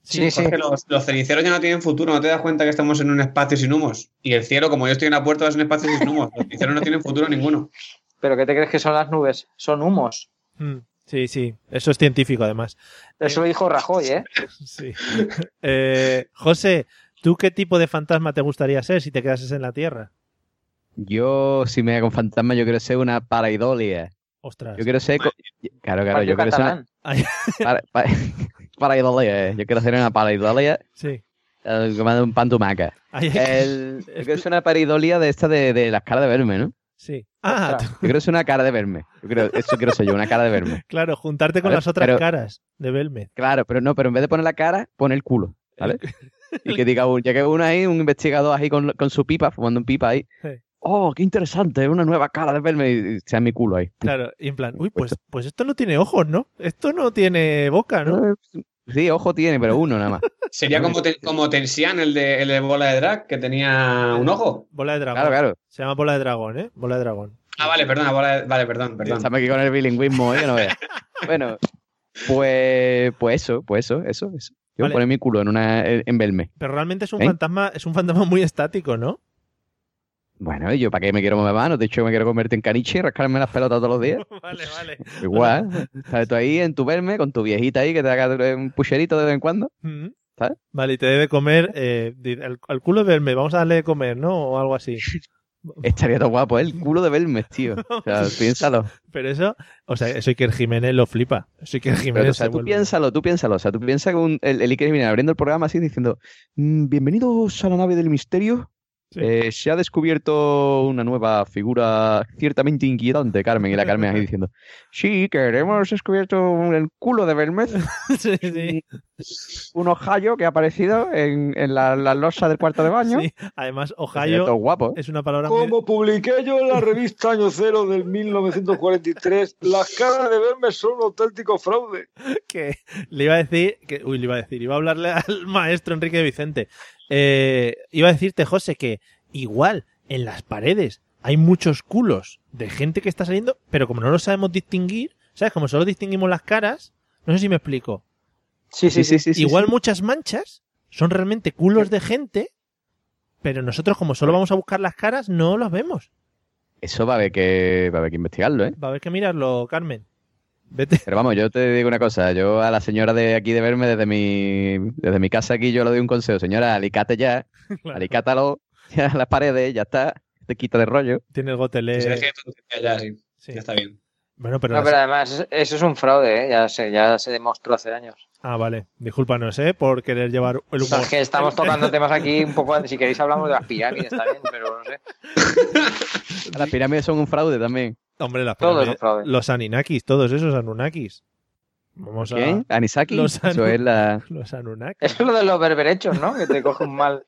Speaker 3: Sí, sí.
Speaker 2: Jorge, los, los ceniceros ya no tienen futuro, ¿no te das cuenta que estamos en un espacio sin humos? Y el cielo, como yo estoy en la puerta, es un espacio sin humos. Los ceniceros no tienen futuro ninguno.
Speaker 3: ¿Pero qué te crees que son las nubes? Son humos.
Speaker 1: Mm, Sí, sí, eso es científico además.
Speaker 3: Eso lo dijo Rajoy, ¿eh?
Speaker 1: Sí. Eh, José, ¿tú qué tipo de fantasma te gustaría ser si te quedases en la Tierra?
Speaker 5: Yo, si me voy con fantasma, yo quiero ser una paraidolia.
Speaker 1: Ostras.
Speaker 5: Yo quiero ser. co- Claro, claro,
Speaker 3: Partido
Speaker 5: yo quiero ser una
Speaker 3: catalán.
Speaker 5: para- para- paraidolia. eh. Yo quiero ser una paraidolia
Speaker 1: Sí.
Speaker 5: eh, comando un pan tumaca.
Speaker 1: Ahí-
Speaker 5: El... Yo quiero ser una paraidolia de esta de, de las caras de verme, ¿no?
Speaker 1: Sí. Ah,
Speaker 3: Ostras.
Speaker 5: Yo quiero ser una cara de verme. Yo creo, eso quiero ser yo, una cara de verme.
Speaker 1: tú- claro, juntarte con
Speaker 5: A ver,
Speaker 1: las otras
Speaker 5: pero-
Speaker 1: caras de Belmez.
Speaker 5: Claro, pero no, pero en vez de poner la cara, pone el culo. ¿Vale? Y que diga, un- llegue uno ahí, un investigador ahí con, con su pipa, fumando un pipa ahí.
Speaker 1: Sí.
Speaker 5: ¡Oh, qué interesante! Una nueva cara de verme y y sea mi culo ahí.
Speaker 1: Claro, y en plan, uy, pues, pues esto no tiene ojos, ¿no? Esto no tiene boca, ¿no?
Speaker 5: Eh, Sí, ojo tiene, pero uno nada más.
Speaker 2: Sería como, Ten- como Tensian, el de, el de Bola de Drag, que tenía un ojo.
Speaker 1: Bola de dragón.
Speaker 5: Claro, claro.
Speaker 1: Se llama bola de dragón, ¿eh? Bola de dragón.
Speaker 2: Ah, vale, perdona, bola de- vale, perdón, perdón.
Speaker 5: Estamos aquí con el bilingüismo, ¿eh? que no veas. Bueno, pues, pues eso, pues eso, eso, eso. Yo
Speaker 1: Vale.
Speaker 5: poner mi culo en una en verme.
Speaker 1: Pero realmente es un
Speaker 5: ¿Eh?
Speaker 1: fantasma, es un fantasma muy estático, ¿no?
Speaker 5: Bueno, yo para qué me quiero mover más, no te he dicho que me quiero convertir en caniche y rascarme las pelotas todos los días.
Speaker 1: vale, vale.
Speaker 5: Igual, ¿sabes? Tú ahí en tu verme, con tu viejita ahí que te haga un pucherito de vez en cuando.
Speaker 1: Mm.
Speaker 5: ¿Sabes?
Speaker 1: Vale, y te debe comer, eh, di- al, al culo de verme, vamos a darle de comer, ¿no? O algo así.
Speaker 5: Estaría todo guapo, ¿eh? el culo de verme, tío. O sea, piénsalo.
Speaker 1: Pero eso, o sea, eso Iker Jiménez lo flipa. Eso Iker
Speaker 5: Pero tú, o
Speaker 1: Jiménez
Speaker 5: sea,
Speaker 1: se
Speaker 5: tú
Speaker 1: vuelve.
Speaker 5: piénsalo, tú piénsalo. O sea, tú piensas que un- el, el Iker viene abriendo el programa así diciendo: "Mm, Bienvenidos a la nave del misterio.
Speaker 1: Sí.
Speaker 5: Eh, se ha descubierto una nueva figura ciertamente inquietante, Carmen. Y la Carmen ahí diciendo: Sí, que hemos descubierto el culo de Belmez,
Speaker 1: Sí, sí,
Speaker 5: un ojallo que ha aparecido en, en la, la losa del cuarto de baño.
Speaker 1: sí. Además,
Speaker 5: Sería todo
Speaker 1: Ohio
Speaker 5: guapo. ¿eh?
Speaker 1: es una palabra muy-
Speaker 10: Como publiqué yo en la revista Año Cero del 1943, las caras de verme son un auténtico fraude.
Speaker 1: que le iba a decir, que, uy, le iba a decir, iba a hablarle al maestro Enrique Vicente. Eh, iba a decirte, José, que igual en las paredes hay muchos culos de gente que está saliendo, pero como no lo sabemos distinguir, ¿sabes? Como solo distinguimos las caras, no sé si me explico.
Speaker 3: Sí, sí, sí. sí, sí.
Speaker 1: igual muchas manchas son realmente culos de gente, pero nosotros como solo vamos a buscar las caras, no las vemos.
Speaker 5: Eso va a haber que, va a haber que investigarlo, ¿eh?
Speaker 1: Va a haber que mirarlo, Carmen. Vete.
Speaker 5: Pero vamos, yo te digo una cosa, yo a la señora de aquí de verme desde mi, desde mi casa aquí, yo le doy un consejo, señora, alicate ya, alicátalo ya a las paredes, ya está, te quita de rollo.
Speaker 1: Tienes
Speaker 2: Que se deje
Speaker 1: gotelé.
Speaker 2: de tontería ya, sí,
Speaker 1: Sí.
Speaker 2: ya está bien.
Speaker 1: Bueno, pero
Speaker 3: No,
Speaker 1: las-
Speaker 3: pero además, eso es un fraude, ¿eh? ya, se, ya se demostró hace años.
Speaker 1: Ah, vale. Discúlpanos, ¿eh? Por querer llevar el
Speaker 3: O sea,
Speaker 1: humor.
Speaker 3: es que estamos tocando temas aquí un poco. Si queréis, hablamos de las pirámides también, pero no sé.
Speaker 5: Las pirámides son un fraude también.
Speaker 1: Hombre, las
Speaker 3: Todo es un
Speaker 1: pirámides-
Speaker 3: fraude.
Speaker 1: Los Anunnakis, todos esos Anunnakis. Vamos
Speaker 5: ¿Quién? ¿Anisaki?
Speaker 1: los
Speaker 5: Eso es la...
Speaker 1: a... Los Anunnakis.
Speaker 3: Es lo de los berberechos, ¿no? Que te coge un mal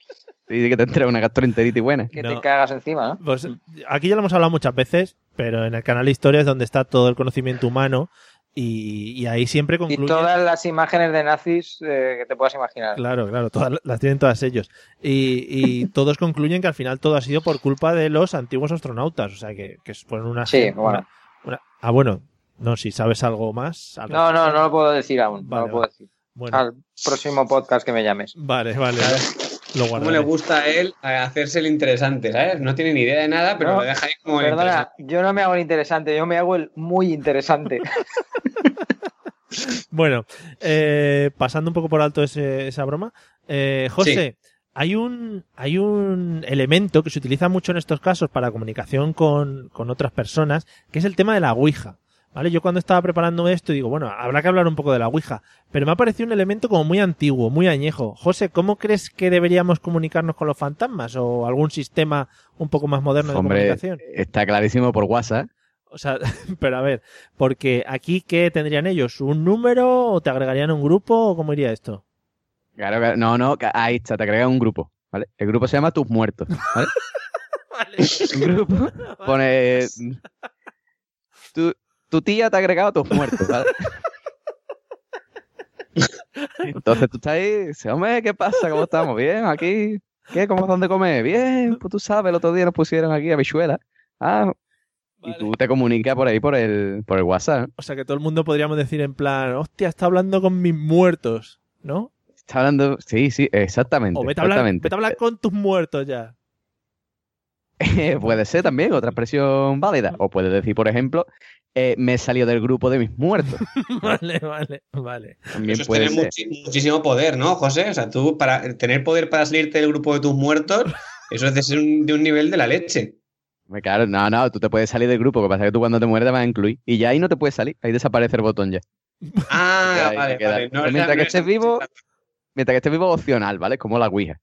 Speaker 5: Dice que te entra una gastroenteritis buena.
Speaker 3: que
Speaker 1: No.
Speaker 3: te cagas encima, ¿no?
Speaker 1: Pues, aquí ya lo hemos hablado muchas veces, pero en el canal Historia es donde está todo el conocimiento humano y, y ahí siempre concluye...
Speaker 3: Y todas las imágenes de nazis eh, que te puedas imaginar.
Speaker 1: Claro, claro, todas, las tienen todas ellos. Y, y todos concluyen que al final todo ha sido por culpa de los antiguos astronautas, o sea, que, que ponen una...
Speaker 3: Sí,
Speaker 1: una-
Speaker 3: bueno.
Speaker 1: una- ah, bueno, no, si sabes algo más... al
Speaker 3: No, no, no lo puedo decir aún.
Speaker 1: Vale,
Speaker 3: no lo puedo
Speaker 1: vale.
Speaker 3: decir.
Speaker 1: Bueno,
Speaker 3: Al próximo podcast que me llames.
Speaker 1: vale, vale. Lo
Speaker 2: ¿Cómo le
Speaker 1: guardaré.
Speaker 2: gusta a él eh, hacerse el interesante, ¿sabes? No tiene ni idea de nada, pero
Speaker 3: No,
Speaker 2: lo deja ahí como el
Speaker 3: Perdona,
Speaker 2: interesante.
Speaker 3: yo no me hago el interesante, yo me hago el muy interesante.
Speaker 1: Bueno, eh, pasando un poco por alto ese- esa broma, eh, José, hay un hay un elemento que se utiliza mucho en estos casos para comunicación con, con otras personas, que es el tema de la Ouija. ¿Vale? Yo cuando estaba preparando esto digo, bueno, habrá que hablar un poco de la Ouija, pero me ha parecido un elemento como muy antiguo, muy añejo. José, ¿cómo crees que deberíamos comunicarnos con los fantasmas o algún sistema un poco más moderno de
Speaker 5: Hombre,
Speaker 1: comunicación?
Speaker 5: está clarísimo por WhatsApp.
Speaker 1: O sea, pero a ver, porque aquí ¿qué tendrían ellos? ¿Un número o te agregarían un grupo o cómo iría esto?
Speaker 5: Claro, claro, no, no, ca- ahí está, te agregas un grupo, ¿vale? El grupo se llama Tus Muertos, ¿vale? Un grupo pone... Tu, tu tía te ha agregado a Tus Muertos, ¿vale? Entonces tú estás ahí, dices, hombre, ¿qué pasa? ¿Cómo estamos? Bien, aquí. ¿Qué? ¿Cómo dónde comer? Bien, pues tú sabes, el otro día nos pusieron aquí habichuela. Ah, y tú te comunicas por ahí, por el, por el WhatsApp.
Speaker 1: O sea, que todo el mundo podríamos decir en plan, hostia, está hablando con mis muertos, ¿no?
Speaker 5: Está hablando... Sí, sí, exactamente.
Speaker 1: O vete a hablar,
Speaker 5: exactamente.
Speaker 1: vete a hablar con tus muertos ya.
Speaker 5: Eh, puede ser también otra expresión válida. O puedes decir, por ejemplo, eh, me he salido del grupo de mis muertos.
Speaker 1: vale, vale, vale.
Speaker 5: También
Speaker 2: Eso es
Speaker 5: puede
Speaker 2: tener
Speaker 5: ser.
Speaker 2: muchi- muchísimo poder, ¿no, José? O sea, tú, para tener poder para salirte del grupo de tus muertos, eso es de ser un- de un nivel de la leche.
Speaker 5: Me Claro, no, no, tú te puedes salir del grupo. Lo que pasa es que tú cuando te mueres te vas a incluir. Y ya ahí no te puedes salir. Ahí desaparece el botón ya.
Speaker 2: Ah,
Speaker 5: Ahí te
Speaker 2: vale,
Speaker 5: queda.
Speaker 2: vale.
Speaker 5: Pues
Speaker 2: No,
Speaker 5: Mientras
Speaker 2: no,
Speaker 5: que
Speaker 2: no
Speaker 5: estés
Speaker 2: es-
Speaker 5: vivo- Mientras que estés vivo opcional, ¿vale? Como la Ouija.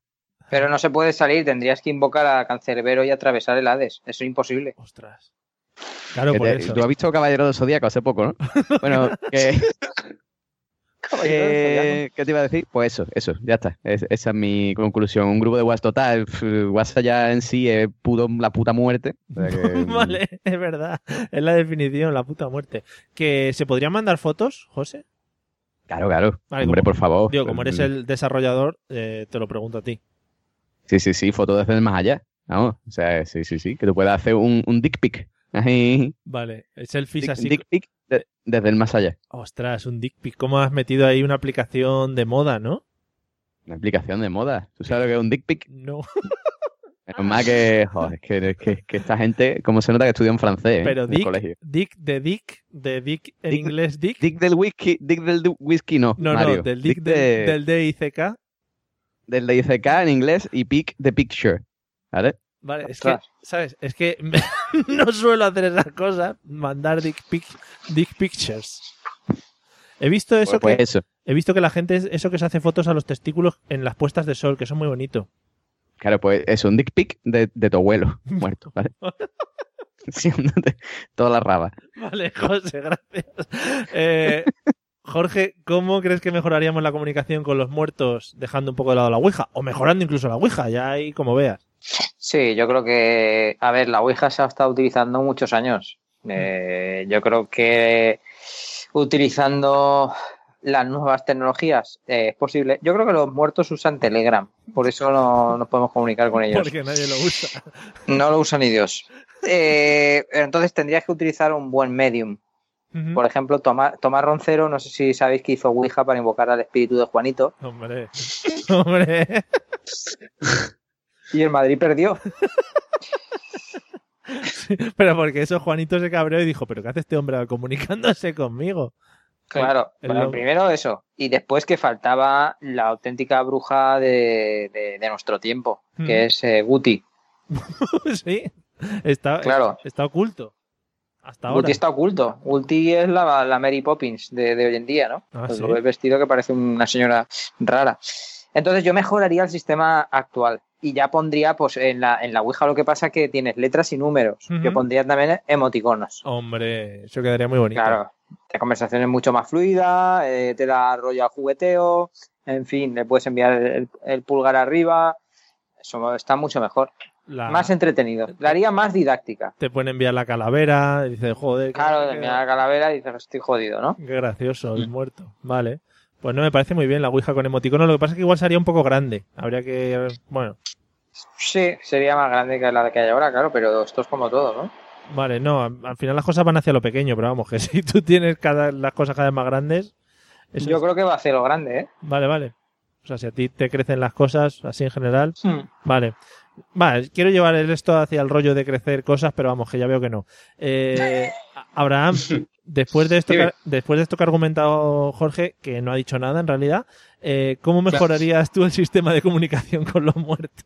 Speaker 3: Pero no se puede salir, tendrías que invocar a Cancerbero y atravesar el Hades. Eso es imposible.
Speaker 1: Ostras. Claro,
Speaker 5: Que
Speaker 1: por
Speaker 5: te-
Speaker 1: eso.
Speaker 5: Tú has visto Caballero del Zodíaco hace poco, ¿no? Bueno, que Eh, ¿Qué te iba a decir? Pues eso, eso, ya está. Es- esa es mi conclusión. Un grupo de WhatsApp total. pf, WhatsApp ya en sí es pudo la puta muerte. O sea que,
Speaker 1: vale, es verdad. Es la definición, la puta muerte. ¿Que se podrían mandar fotos, José?
Speaker 5: Claro, claro.
Speaker 1: Vale,
Speaker 5: Hombre,
Speaker 1: como-
Speaker 5: por favor.
Speaker 1: Digo, como eres el desarrollador, eh, te lo pregunto a ti.
Speaker 5: Sí, sí, sí, fotos desde el más allá. Vamos, o sea, sí, sí, sí. Que tú puedas hacer un, un dick pic. Ahí.
Speaker 1: Vale, selfies
Speaker 5: Dick,
Speaker 1: así.
Speaker 5: dick pic de- desde el más allá.
Speaker 1: Ostras, un dick pic. ¿Cómo has metido ahí una aplicación de moda, no?
Speaker 5: Una aplicación de moda. ¿Tú sabes lo que es un dick pic?
Speaker 1: No.
Speaker 5: Menos mal que, joder, es que, es que, es que esta gente, como se nota que estudia en francés ¿eh?
Speaker 1: Pero
Speaker 5: en el
Speaker 1: dick,
Speaker 5: colegio.
Speaker 1: dick de dick, de dick en
Speaker 5: Dick-
Speaker 1: inglés dick.
Speaker 5: Dick del whisky, dick del du- whisky no,
Speaker 1: No,
Speaker 5: Mario.
Speaker 1: no, del dick,
Speaker 5: de-
Speaker 1: del, del DICK.
Speaker 5: del de ICK en inglés y pic de picture, ¿vale?
Speaker 1: Vale, es que, ¿sabes? Es que no suelo hacer esas cosas, mandar dick, pic, dick pictures. He visto eso
Speaker 5: Pues-
Speaker 1: que
Speaker 5: pues eso.
Speaker 1: he visto que la gente es- eso que se hace fotos a los testículos en las puestas de sol, que son muy bonito.
Speaker 5: Claro, pues es un dick pic de, de tu abuelo muerto, ¿vale? Sí, toda la raba.
Speaker 1: Vale, José, gracias. Eh, Jorge, ¿cómo crees que mejoraríamos la comunicación con los muertos dejando un poco de lado la Ouija? O mejorando incluso la Ouija, ya ahí como veas.
Speaker 3: Sí, yo creo que, a ver, la Ouija se ha estado utilizando muchos años. Eh, yo creo que utilizando las nuevas tecnologías eh, es posible. Yo creo que los muertos usan Telegram, por eso no nos podemos comunicar con ellos.
Speaker 1: Porque nadie lo usa.
Speaker 3: No lo usa ni Dios. Eh, entonces tendrías que utilizar un buen medium.
Speaker 1: Ujú.
Speaker 3: Por ejemplo, Tomás, Tomás Roncero, no sé si sabéis que hizo Ouija para invocar al espíritu de Juanito.
Speaker 1: Hombre, hombre.
Speaker 3: Y el Madrid perdió.
Speaker 1: Pero porque eso Juanito se cabreó y dijo, pero ¿qué hace este hombre comunicándose conmigo?
Speaker 3: Claro,
Speaker 1: el
Speaker 3: bueno,
Speaker 1: lobo.
Speaker 3: primero eso. Y después que faltaba la auténtica bruja de, de- de nuestro tiempo,
Speaker 1: Hmm.
Speaker 3: que es eh, Guti.
Speaker 1: sí, está,
Speaker 3: Claro.
Speaker 1: está oculto. Hasta ahora.
Speaker 3: Guti está oculto. Guti es la, la Mary Poppins de, de hoy en día, ¿no?
Speaker 1: Ah,
Speaker 3: Pues
Speaker 1: ¿sí?
Speaker 3: Lo ves vestido que parece una señora rara. Entonces yo mejoraría el sistema actual y ya pondría pues en la, en la Ouija lo que pasa que tienes letras y números.
Speaker 1: Ujú.
Speaker 3: Yo pondría también emoticonos.
Speaker 1: Hombre, eso quedaría muy bonito.
Speaker 3: Claro, la conversación es mucho más fluida, eh, te da rollo al jugueteo, en fin, le puedes enviar el, el pulgar arriba, eso está mucho mejor,
Speaker 1: La-
Speaker 3: más entretenido, la haría más didáctica.
Speaker 1: Te pueden enviar la calavera, dice, joder, qué-
Speaker 3: Claro,
Speaker 1: qué,
Speaker 3: mira la calavera y dices, estoy jodido, ¿no?
Speaker 1: qué gracioso, el muerto. Vale. Pues no me parece muy bien la Ouija con emoticono, lo que pasa es que igual sería un poco grande. Habría que... Bueno,
Speaker 3: Sí, sería más grande que la que hay ahora, claro, pero esto es como todo, ¿no?
Speaker 1: vale, no, al al final las cosas van hacia lo pequeño, pero vamos, que si tú tienes cada, las cosas cada vez más grandes... eso
Speaker 3: Yo
Speaker 1: es-
Speaker 3: creo que va a ser lo grande, ¿eh?
Speaker 1: Vale, vale. O sea, si a ti te crecen las cosas así en general,
Speaker 3: Hmm.
Speaker 1: Vale. Vale, quiero llevar el- esto hacia el rollo de crecer cosas, pero vamos, que ya veo que no. Eh, Abraham, después de, esto que,
Speaker 2: Dime.
Speaker 1: después de esto que ha argumentado Jorge, que no ha dicho nada en realidad, eh, ¿cómo mejorarías tú el sistema de comunicación con los muertos?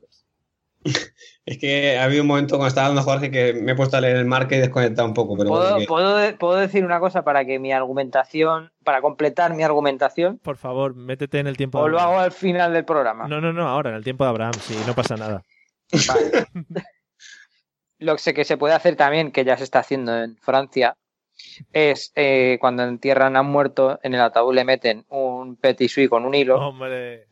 Speaker 2: Es que ha habido un momento cuando estaba hablando Jorge que me he puesto a leer el marca y he desconectado un poco, pero bueno,
Speaker 3: ¿Puedo,
Speaker 2: que-
Speaker 3: puedo de- puedo decir una cosa para que mi argumentación, para completar mi argumentación,
Speaker 1: Por favor, métete en el tiempo
Speaker 3: o
Speaker 1: de
Speaker 3: lo
Speaker 1: Abraham.
Speaker 3: hago al final del programa?
Speaker 1: No, no, no, ahora, en el tiempo de Abraham, sí, no pasa nada.
Speaker 3: Vale. Lo que se- que se puede hacer también, que ya se está haciendo en Francia, es eh, cuando entierran a un muerto, en el ataúd le meten un petit suisse con un
Speaker 2: Oh.
Speaker 3: hilo
Speaker 1: Hombre,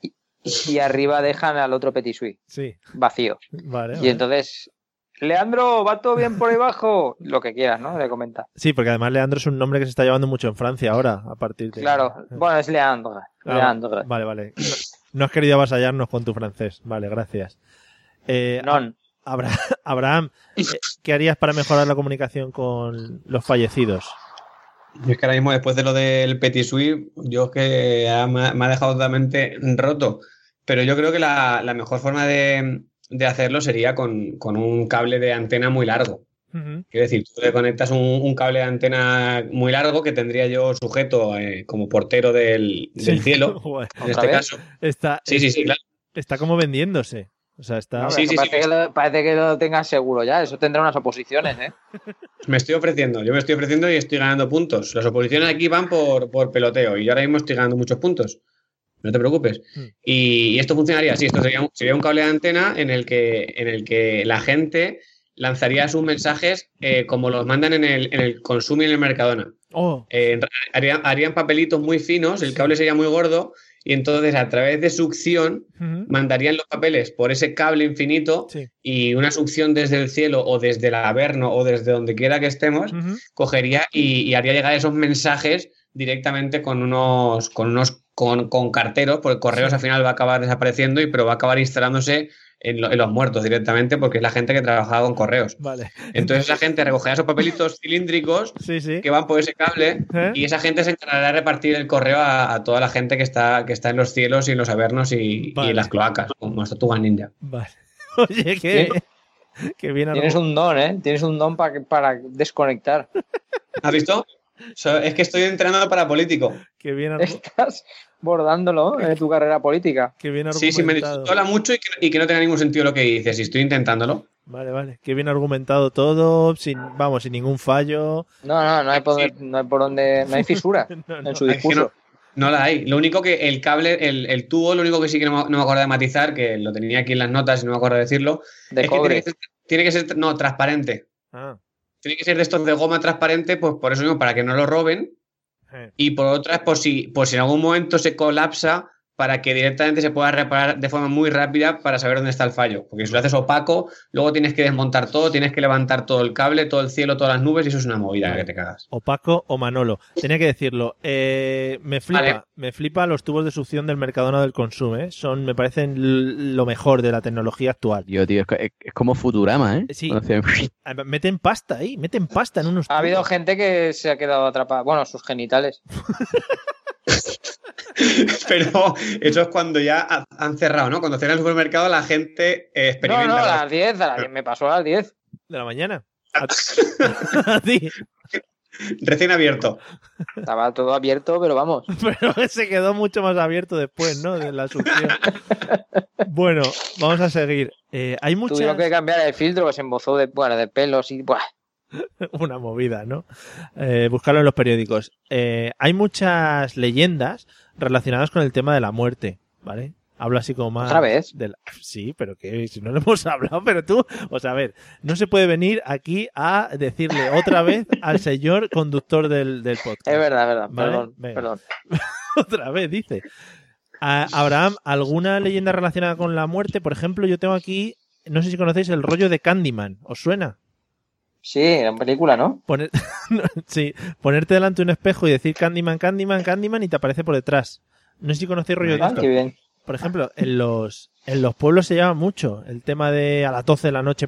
Speaker 3: y arriba dejan al otro petit suisse
Speaker 1: sí,
Speaker 3: vacío.
Speaker 1: vale.
Speaker 3: Y
Speaker 1: vale.
Speaker 3: entonces, Leandro, ¿va todo bien por ahí abajo? Lo que quieras, ¿no? Le comenta.
Speaker 1: Sí, porque además Leandro es un nombre que se está llevando mucho en Francia ahora, a partir de...
Speaker 3: Claro, bueno, es Leandro.
Speaker 1: Ah,
Speaker 3: Leandro.
Speaker 1: Vale, vale. No, no has querido avasallarnos con tu francés. Vale, gracias. Eh,
Speaker 3: Non.
Speaker 1: Abra- Abraham, eh, ¿qué harías para mejorar la comunicación con los fallecidos?
Speaker 2: Yo es que ahora mismo, después de lo del Petit Suisse, yo es que ya me ha, me ha dejado totalmente roto. Pero yo creo que la, la mejor forma de, de hacerlo sería con, con un cable de antena muy largo. Quiero decir, tú le conectas un, un cable de antena muy largo que tendría yo sujeto eh, como portero del, del
Speaker 1: Sí.
Speaker 2: cielo,
Speaker 1: Joder.
Speaker 2: en
Speaker 3: ¿Otra
Speaker 2: este
Speaker 3: vez?
Speaker 2: caso.
Speaker 1: Está,
Speaker 2: Sí, sí, sí, claro.
Speaker 1: está como vendiéndose. O sea, está.
Speaker 3: No,
Speaker 2: Sí,
Speaker 3: pero
Speaker 2: sí,
Speaker 3: parece,
Speaker 2: sí.
Speaker 3: Que lo, parece que lo tengas seguro ya, eso tendrá unas oposiciones, ¿eh?
Speaker 2: Me estoy ofreciendo, yo me estoy ofreciendo y estoy ganando puntos. Las oposiciones aquí van por, por peloteo y yo ahora mismo estoy ganando muchos puntos. No te preocupes.
Speaker 1: Mm.
Speaker 2: Y, y esto funcionaría así, esto sería un, sería un cable de antena en el que, en el que la gente lanzaría sus mensajes eh, como los mandan en el, en el Consum y en el Mercadona.
Speaker 1: Oh.
Speaker 2: Eh, harían, harían papelitos muy finos, el cable sería muy gordo, y entonces a través de succión
Speaker 1: Ujú.
Speaker 2: mandarían los papeles por ese cable infinito y una succión desde el cielo o desde el averno o desde donde quiera que estemos,
Speaker 1: Ujú.
Speaker 2: cogería y, y haría llegar esos mensajes directamente con unos, con unos, con, con carteros, porque correos al final va a acabar desapareciendo y pero va a acabar instalándose en, lo- en los muertos directamente, porque es la gente que trabajaba con correos.
Speaker 1: Vale.
Speaker 2: Entonces esa gente recogerá esos papelitos cilíndricos
Speaker 1: Sí, sí.
Speaker 2: que van por ese cable
Speaker 1: ¿Eh?
Speaker 2: y esa gente se encargará de repartir el correo a, a toda la gente que está, que está en los cielos y en los avernos y, y
Speaker 1: Vale.
Speaker 2: en las cloacas, como las tortugas ninja.
Speaker 1: Vale. Oye, qué, qué bien
Speaker 3: Tienes
Speaker 1: argu-
Speaker 3: un don, ¿eh? Tienes un don para, para desconectar.
Speaker 2: ¿Has visto? So- es que estoy entrenado para político.
Speaker 1: qué bien argu-
Speaker 3: Estás bordándolo en tu carrera política.
Speaker 1: qué bien
Speaker 2: Sí, sí, me
Speaker 1: argumentado.
Speaker 2: habla mucho y que, y que no tenga ningún sentido lo que dices y estoy intentándolo.
Speaker 1: Vale, vale. Qué bien argumentado todo, sin, vamos, sin ningún fallo.
Speaker 3: No, no, no hay por, no hay por donde. No hay fisura en su
Speaker 2: Es que
Speaker 3: discurso.
Speaker 2: no, no la hay. Lo único que el cable, el, el tubo, lo único que sí que no, me- no me acuerdo de matizar, que lo tenía aquí en las notas y no me acuerdo de decirlo,
Speaker 3: De
Speaker 2: es
Speaker 3: cobre.
Speaker 2: que tiene que, ser, tiene que ser, no, transparente.
Speaker 1: Ah,
Speaker 2: Tiene que ser de estos de goma transparente, pues por eso mismo, para que no lo roben.
Speaker 1: eh,
Speaker 2: Y por otra es por si, por si en algún momento se colapsa, para que directamente se pueda reparar de forma muy rápida para saber dónde está el fallo. Porque si lo haces opaco, luego tienes que desmontar todo, tienes que levantar todo el cable, todo el cielo, todas las nubes, y eso es una movida que te cagas.
Speaker 1: Opaco o Manolo. Tenía que decirlo. Eh, me flipa,
Speaker 2: Vale.
Speaker 1: me flipa los tubos de succión del Mercadona del Consumo, ¿eh? Son, me parecen l- lo mejor de la tecnología actual.
Speaker 5: Yo, tío, es, co- es- es como Futurama, ¿eh?
Speaker 1: Sí.
Speaker 5: Cuando hacen-
Speaker 1: Ah, Meten pasta ahí, meten pasta en unos
Speaker 3: Ha habido
Speaker 1: tubos.
Speaker 3: gente que se ha quedado atrapada. Bueno, sus genitales.
Speaker 2: Pero eso es cuando ya ha- han cerrado, ¿no? Cuando cierra el supermercado, la gente eh,
Speaker 3: No,
Speaker 2: experimenta.
Speaker 3: no, a
Speaker 2: la-
Speaker 3: las 10, a las 10. Me pasó a las 10.
Speaker 1: de la mañana. A- a ti.
Speaker 2: Recién abierto.
Speaker 3: Estaba todo abierto, pero vamos.
Speaker 1: Pero se quedó mucho más abierto después, ¿no? De la succión. Bueno, vamos a seguir. Eh, hay muchas...
Speaker 3: Tuvieron que cambiar el filtro que se embozó de, bueno, de pelos y. Buah.
Speaker 1: una movida, ¿no? Eh, buscarlo en los periódicos. Eh, hay muchas leyendas relacionadas con el tema de la muerte, ¿vale? Hablo así como más.
Speaker 3: ¿Otra vez?
Speaker 1: de la- Sí, pero que si no lo hemos hablado, pero tú, o sea, a ver, no se puede venir aquí a decirle otra vez al señor conductor del, del podcast.
Speaker 3: Es verdad, es verdad.
Speaker 1: Vale,
Speaker 3: Perdón,
Speaker 1: venga.
Speaker 3: perdón.
Speaker 1: otra vez, dice. A- Abraham, ¿alguna leyenda relacionada con la muerte? Por ejemplo, yo tengo aquí, no sé si conocéis el rollo de Candyman, ¿os suena?
Speaker 3: Sí, era una película, ¿no?
Speaker 1: Poner- no, sí, ponerte delante de un espejo y decir Candyman, Candyman, Candyman y te aparece por detrás. No sé si conocéis rollo de
Speaker 3: Ah,
Speaker 1: esto.
Speaker 3: qué bien.
Speaker 1: Por ejemplo, en los, en los pueblos se llama mucho el tema de a las 12 de la noche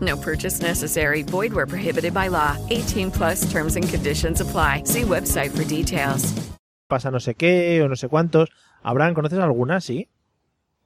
Speaker 11: No purchase necessary. Void where prohibited by law. 18 plus terms and conditions apply. See website for details.
Speaker 1: pasa no sé qué o no sé cuántos. Abraham, ¿conoces alguna? Sí.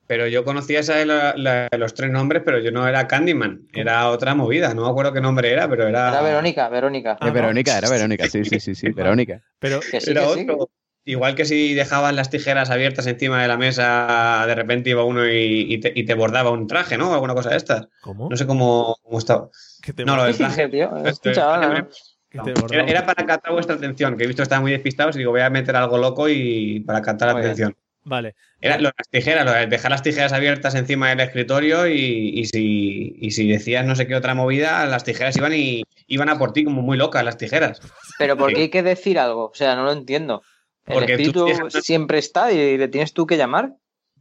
Speaker 2: Pero yo conocía esa de la- la- los tres nombres, pero yo no era Candyman. Era otra movida. No me acuerdo qué nombre era, pero era.
Speaker 3: Era Verónica, Verónica.
Speaker 5: Eh, Verónica, era Verónica, sí, sí, sí, sí, Verónica.
Speaker 1: Pero
Speaker 3: Que sí,
Speaker 2: Ah. era
Speaker 3: que sí.
Speaker 2: otro. Igual que si dejabas las tijeras abiertas encima de la mesa, de repente iba uno y, y te, y te bordaba un traje, ¿no? Alguna cosa de estas.
Speaker 1: ¿Cómo?
Speaker 2: No sé cómo, cómo estaba.
Speaker 1: Que te
Speaker 2: No, lo del
Speaker 3: Sí,
Speaker 2: traje.
Speaker 3: tío, es un
Speaker 2: Este,
Speaker 3: chaval, ¿no?
Speaker 1: que te
Speaker 2: Era,
Speaker 1: bordaba.
Speaker 2: era para captar vuestra atención, que he visto que estaban muy despistados y digo, voy a meter algo loco y para captar la
Speaker 3: Muy bien.
Speaker 2: atención.
Speaker 1: Vale.
Speaker 2: Era lo de las tijeras, lo de dejar las tijeras abiertas encima del escritorio y, y si, y si decías no sé qué otra movida, las tijeras iban y iban a por ti como muy locas las tijeras.
Speaker 3: Pero ¿por qué hay que decir algo? O sea, no lo entiendo. El
Speaker 2: Porque tú
Speaker 3: espíritu
Speaker 2: tienes-
Speaker 3: siempre está y le tienes tú que llamar.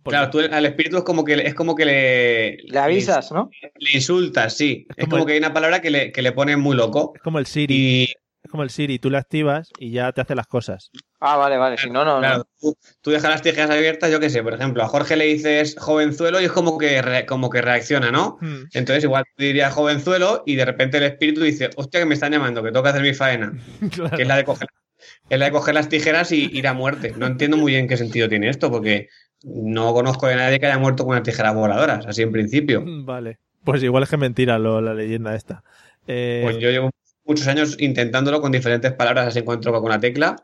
Speaker 2: Claro, tú al espíritu es como que es como que le,
Speaker 3: Le avisas, ¿no?
Speaker 2: le, le insultas, sí. Es
Speaker 1: como
Speaker 2: como que hay una palabra que le, que le pone muy loco.
Speaker 1: Es como el Siri.
Speaker 2: Y
Speaker 1: Es como el Siri, tú la activas y ya te hace las cosas.
Speaker 3: Ah, vale, vale. Si no, no,
Speaker 2: Claro, tú, tú dejas las tijeras abiertas, yo qué sé, por ejemplo, a Jorge le dices jovenzuelo y es como que, re- como que reacciona, ¿no?
Speaker 1: Hmm.
Speaker 2: Entonces igual tú dirías jovenzuelo y de repente el espíritu dice, hostia, que me están llamando, que tengo que hacer mi faena, que es la de coger, es la de coger las tijeras y ir a muerte. No entiendo muy bien qué sentido tiene esto, porque no conozco de nadie que haya muerto con unas tijeras voladoras, así en principio.
Speaker 1: Vale. Pues igual es que es mentira lo- la leyenda esta. Eh,
Speaker 2: Pues yo llevo muchos años intentándolo con diferentes palabras, así encuentro con la tecla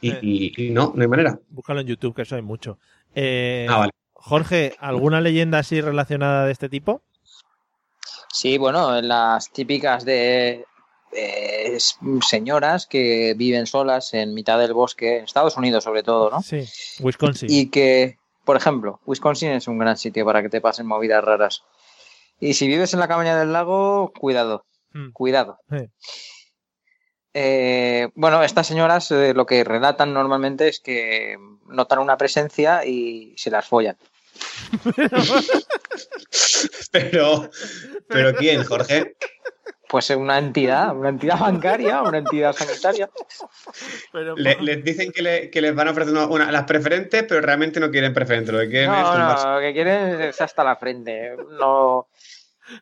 Speaker 2: y, y- y no, no hay manera.
Speaker 1: Búscalo en YouTube, que eso hay mucho. Eh,
Speaker 2: Ah, vale.
Speaker 1: Jorge, ¿alguna leyenda así relacionada de este tipo?
Speaker 3: Sí, bueno, en las típicas de eh, s- señoras que viven solas en mitad del bosque, en Estados Unidos sobre todo, ¿no?
Speaker 1: Sí. Wisconsin.
Speaker 3: Y que, por ejemplo, Wisconsin es un gran sitio para que te pasen movidas raras. Y si vives en la cabaña del lago, cuidado, cuidado.
Speaker 1: Hmm. Sí.
Speaker 3: Eh, bueno, estas señoras eh, lo que relatan normalmente es que notan una presencia y se las follan.
Speaker 2: Pero, pero ¿quién, Jorge?
Speaker 3: Pues eh, una entidad, una entidad bancaria, una entidad sanitaria.
Speaker 2: Le- les dicen que, le- que les van a ofrecer una, una- las preferentes, pero realmente no quieren preferentes, lo que quieren es
Speaker 3: No,
Speaker 2: tumbarse.
Speaker 3: no, lo que quieren es hasta la frente. No.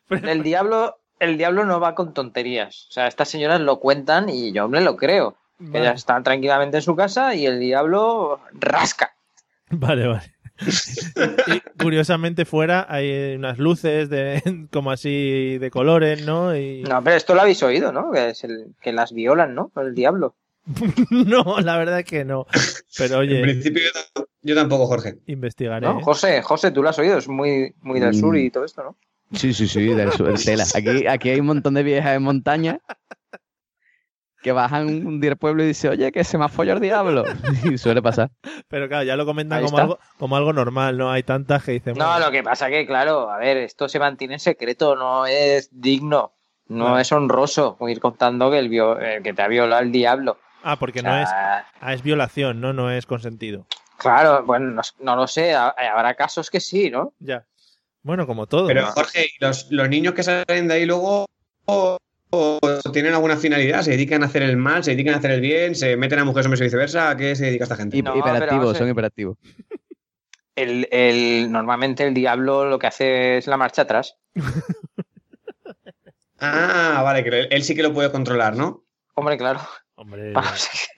Speaker 3: El diablo, el diablo no va con tonterías. O sea, estas señoras lo cuentan y yo me lo creo.
Speaker 1: Vale.
Speaker 3: Ellas están tranquilamente en su casa y el diablo rasca.
Speaker 1: Vale, vale. y curiosamente fuera hay unas luces de como así de colores, ¿no? Y...
Speaker 3: No, pero esto lo habéis oído, ¿no? Que, es el- que las violan, ¿no? El diablo.
Speaker 1: No, la verdad es que no. Pero
Speaker 2: En
Speaker 1: oye,
Speaker 2: principio yo, tam- yo tampoco, Jorge.
Speaker 1: investigaré. ¿eh?
Speaker 3: ¿No? José, José, tú lo has oído, es muy, muy del
Speaker 5: Mm.
Speaker 3: sur y todo esto, ¿no?
Speaker 5: Sí, sí, sí, del sur, tela. Aquí, aquí hay un montón de viejas en montaña que bajan un día al pueblo y dicen, oye, que se me ha follado el diablo. Y suele pasar.
Speaker 1: Pero claro, ya lo comentan
Speaker 3: Ahí
Speaker 1: como
Speaker 3: está.
Speaker 1: algo, como algo normal, ¿no? Hay tantas que dicen.
Speaker 3: No, lo que pasa que, claro, a ver, esto se mantiene en secreto, no es digno, no
Speaker 1: Claro.
Speaker 3: es honroso ir contando que, el vio- eh, que te ha violado el diablo.
Speaker 1: Ah, porque
Speaker 3: O
Speaker 1: no es,
Speaker 3: sea,
Speaker 1: ah, es violación, ¿no? No es consentido.
Speaker 3: Claro, bueno, no, no lo sé, ha- eh, habrá casos que sí, ¿no?
Speaker 1: Ya. Bueno, como todo.
Speaker 2: Pero
Speaker 1: ¿no?
Speaker 2: Jorge, ¿y los, los niños que salen de ahí luego o- o tienen alguna finalidad, se dedican a hacer el mal, se dedican a hacer el bien, se meten a mujeres hombres y viceversa, ¿a qué se dedica esta gente?
Speaker 5: Hi-
Speaker 3: No, pero vamos
Speaker 5: hiperactivos,
Speaker 3: a
Speaker 5: son
Speaker 3: ver.
Speaker 5: hiperactivos.
Speaker 3: El, el- normalmente el diablo lo que hace es la marcha atrás.
Speaker 2: Ah, vale, que él, él sí que lo puede controlar, ¿no?
Speaker 3: Hombre, claro.
Speaker 1: Hombre,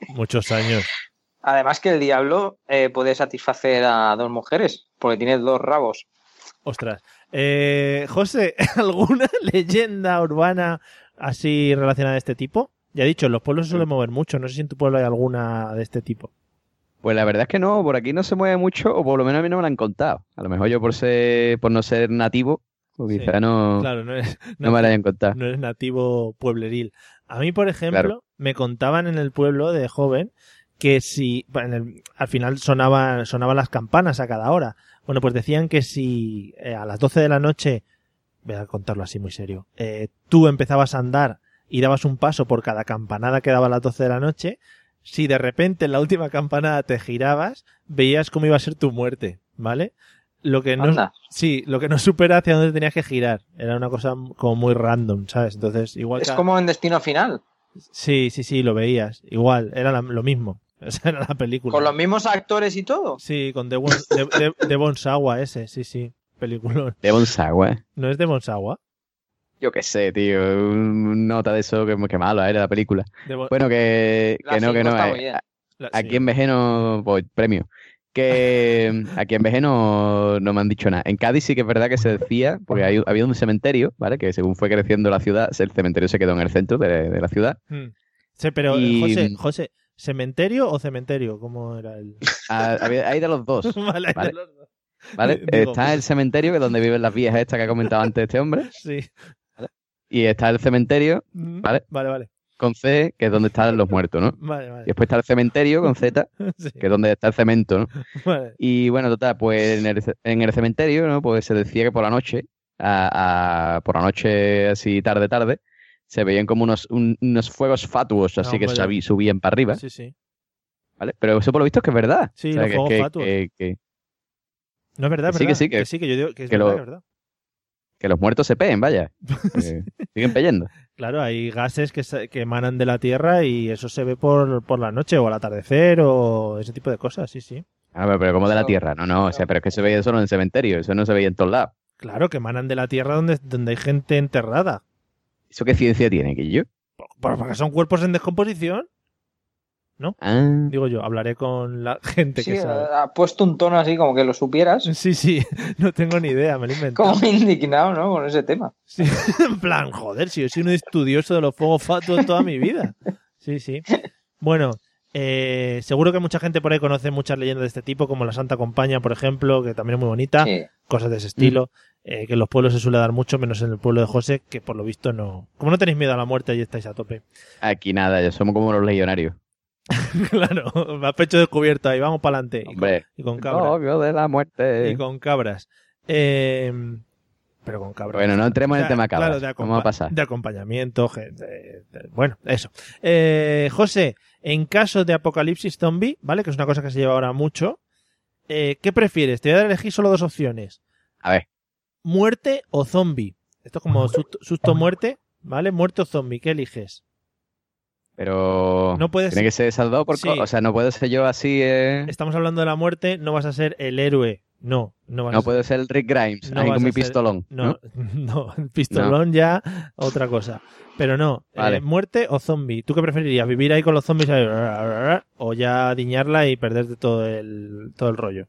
Speaker 1: muchos años.
Speaker 3: Además que el diablo eh, puede satisfacer a dos mujeres, porque tiene dos rabos.
Speaker 1: Ostras. Eh, José, ¿alguna leyenda urbana así relacionada de este tipo? Ya he dicho, en los pueblos se suele mover mucho. No sé si en tu pueblo hay alguna de este tipo.
Speaker 5: Pues la verdad es que no, por aquí no se mueve mucho, o por lo menos a mí no me lo han contado. A lo mejor yo por ser, por no ser nativo, o
Speaker 1: Sí.
Speaker 5: quizá no,
Speaker 1: Claro, no es,
Speaker 5: no me lo hayan contado.
Speaker 1: no eres nativo puebleril. A mí, por ejemplo,
Speaker 5: Claro.
Speaker 1: me contaban en el pueblo de joven que si bueno, en el- al final sonaban, sonaban las campanas a cada hora. Bueno, pues decían que si eh, a las 12 de la noche, voy a contarlo así muy serio, eh, tú empezabas a andar y dabas un paso por cada campanada que daba a las 12 de la noche, si de repente en la última campanada te girabas, veías cómo iba a ser tu muerte, ¿vale? Lo que no,
Speaker 3: Anda.
Speaker 1: sí, lo que no supera hacia dónde tenías que girar. Era una cosa como muy random, ¿sabes? Entonces, igual
Speaker 3: Es
Speaker 1: que-
Speaker 3: como en Destino Final,
Speaker 1: Sí, sí, sí, lo veías. Igual, era la- lo mismo. O sea, era la película.
Speaker 3: con los mismos actores y todo.
Speaker 1: Sí, con Devon, de, de- Devon Sawa ese, sí, sí. Peliculón.
Speaker 5: De Bonsagua, ¿eh?
Speaker 1: ¿No es Devon Sawa?
Speaker 5: Yo qué sé, tío. un- Nota de eso que, que malo era la película.
Speaker 1: Devon-
Speaker 5: Bueno, que,
Speaker 3: La
Speaker 5: que no, que
Speaker 3: cinco
Speaker 5: no.
Speaker 3: está
Speaker 5: eh,
Speaker 3: muy bien.
Speaker 1: la- sí.
Speaker 5: Aquí en Veje no voy, premio. Que aquí en Veje no, no me han dicho nada. En Cádiz sí que es verdad que se decía, porque hay, había un cementerio, ¿vale? Que según fue creciendo la ciudad, el cementerio se quedó en el centro de, de la ciudad.
Speaker 1: Mm. Sí, pero
Speaker 5: Y-
Speaker 1: José, José, ¿cementerio o cementerio? ¿Cómo era el...?
Speaker 5: Ah, había- hay de los dos,
Speaker 1: Vale,
Speaker 5: Vale.
Speaker 1: los dos.
Speaker 5: ¿vale?
Speaker 1: Digo- pues,
Speaker 5: Está el cementerio, que es donde viven las viejas estas que ha comentado antes este hombre,
Speaker 1: Sí.
Speaker 5: y está el cementerio
Speaker 1: Mm.
Speaker 5: Vale.
Speaker 1: Vale, vale.
Speaker 5: con C, que es donde están los muertos, ¿no?
Speaker 1: Vale,
Speaker 5: Y
Speaker 1: vale.
Speaker 5: después está el cementerio con Z,
Speaker 1: Sí,
Speaker 5: que es donde está el cemento, ¿no?
Speaker 1: vale.
Speaker 5: Y bueno, total, pues en el, ce- en el cementerio, ¿no? Pues se decía que por la noche, a- a- por la noche así tarde, tarde, se veían como unos, un- unos fuegos fatuos, así que
Speaker 1: Ah, vaya.
Speaker 5: sabi- subían para arriba,
Speaker 1: Sí, sí.
Speaker 5: ¿vale? Pero eso por lo visto es que es verdad.
Speaker 1: Sí,
Speaker 5: O sea,
Speaker 1: los
Speaker 5: que,
Speaker 1: fuegos
Speaker 5: que-
Speaker 1: fatuos.
Speaker 5: que- que-
Speaker 1: No es verdad,
Speaker 5: Que sí, que
Speaker 1: ¿verdad?
Speaker 5: sí, que-
Speaker 1: yo digo que es
Speaker 5: que
Speaker 1: verdad,
Speaker 5: lo-
Speaker 1: es verdad.
Speaker 5: que los muertos se peen, vaya. Eh, siguen peyendo.
Speaker 1: Claro, hay gases que, se- que emanan de la Tierra y eso se ve por, por la noche o al atardecer o ese tipo de cosas, sí, sí.
Speaker 5: Ah, pero, pero como de la tierra. No, no, o sea, pero es que se veía eso en el cementerio, eso no se veía en todos lados.
Speaker 1: Claro, que emanan de la Tierra donde, donde hay gente enterrada.
Speaker 5: ¿Eso qué ciencia tiene, que yo?
Speaker 1: Pero porque son cuerpos en descomposición. ¿No?
Speaker 5: Ah,
Speaker 1: Digo yo, hablaré con la gente
Speaker 3: Sí,
Speaker 1: que sabe.
Speaker 3: ha ha puesto un tono así como que lo supieras.
Speaker 1: Sí, sí, no tengo ni idea, me lo he inventado.
Speaker 3: Como indignado, ¿no? Con ese tema.
Speaker 1: En plan, joder, si yo soy un estudioso de los fuegos fatuos toda mi vida. Sí, sí. Bueno, eh, seguro que mucha gente por ahí conoce muchas leyendas de este tipo, como la Santa Compaña, por ejemplo, que también es muy bonita,
Speaker 3: Sí.
Speaker 1: cosas de ese estilo, eh, que en los pueblos se suele dar mucho, menos en el pueblo de José, que por lo visto no. Como no tenéis miedo a la muerte, ahí estáis a tope.
Speaker 5: Aquí nada, ya somos como los legionarios.
Speaker 1: claro, a pecho descubierto ahí, vamos para adelante.
Speaker 5: Hombre,
Speaker 1: Y con cabras.
Speaker 5: novio de la muerte.
Speaker 1: Y con cabras. Eh, pero con cabras.
Speaker 5: Bueno, no entremos en el
Speaker 1: De-
Speaker 5: tema cabras.
Speaker 1: de
Speaker 5: Vamos a
Speaker 1: acompa-
Speaker 5: pasar.
Speaker 1: De acompañamiento, ge- de- de- bueno, eso. Eh, José, en caso de apocalipsis zombie, ¿vale? Que es una cosa que se lleva ahora mucho. eh, ¿Qué prefieres? Te voy a dar a elegir solo dos opciones.
Speaker 5: A ver.
Speaker 1: Muerte o zombie. Esto es como susto, susto muerte, ¿vale? Muerte o zombie, ¿qué eliges?
Speaker 5: Pero
Speaker 1: No puede
Speaker 5: Oh, tiene
Speaker 1: ser-
Speaker 5: que ser salvado por...
Speaker 1: Sí.
Speaker 5: co- O sea, no puedo ser yo así... eh,
Speaker 1: Estamos hablando de la muerte, no vas a ser el héroe. No, no vas a
Speaker 5: No
Speaker 1: ser-
Speaker 5: puedo ser el Rick Grimes,
Speaker 1: no
Speaker 5: ahí
Speaker 1: vas
Speaker 5: con mi
Speaker 1: a ser-
Speaker 5: pistolón.
Speaker 1: No, no, el pistolón ya, otra cosa. Pero no, eh,
Speaker 5: Vale.
Speaker 1: muerte o zombie. ¿Tú qué preferirías? ¿Vivir ahí con los zombies eh, ahí, o ya diñarla y perderte todo el, todo el rollo?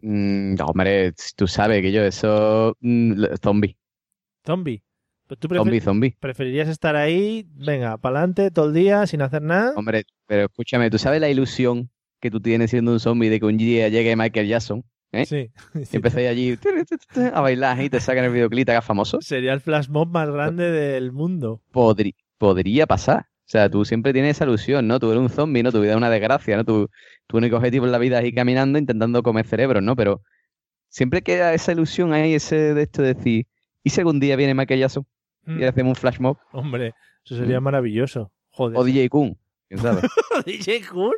Speaker 5: Mm, no, hombre, tú sabes que yo eso... mm, lo- zombie,
Speaker 1: ¿Zombie? Pues ¿Tú prefer-
Speaker 5: zombie, zombie.
Speaker 1: preferirías estar ahí, venga, pa'lante, todo el día, sin hacer nada?
Speaker 5: Hombre, pero escúchame, ¿tú sabes la ilusión que tú tienes siendo un zombie de que un día llegue Michael Jackson? ¿eh?
Speaker 1: Sí.
Speaker 5: Y empecé allí a bailar y te sacan el videoclip, te hagas famoso.
Speaker 1: Sería el flash mob más grande del mundo.
Speaker 5: Podri- podría pasar. O sea, tú siempre tienes esa ilusión, ¿no? Tú eres un zombie, ¿no? Tu vida es una desgracia, ¿no? Tu, tu único objetivo en la vida es ir caminando intentando comer cerebros, ¿no? Pero siempre queda esa ilusión ahí, ese de esto de decir, ¿y si algún día viene Michael Jackson y
Speaker 1: Mm.
Speaker 5: hacemos un flash mob?
Speaker 1: Hombre, eso sería
Speaker 5: Mm.
Speaker 1: maravilloso. Joder.
Speaker 5: O DJ Kun, ¿quién sabe?
Speaker 1: ¿DJ Kun?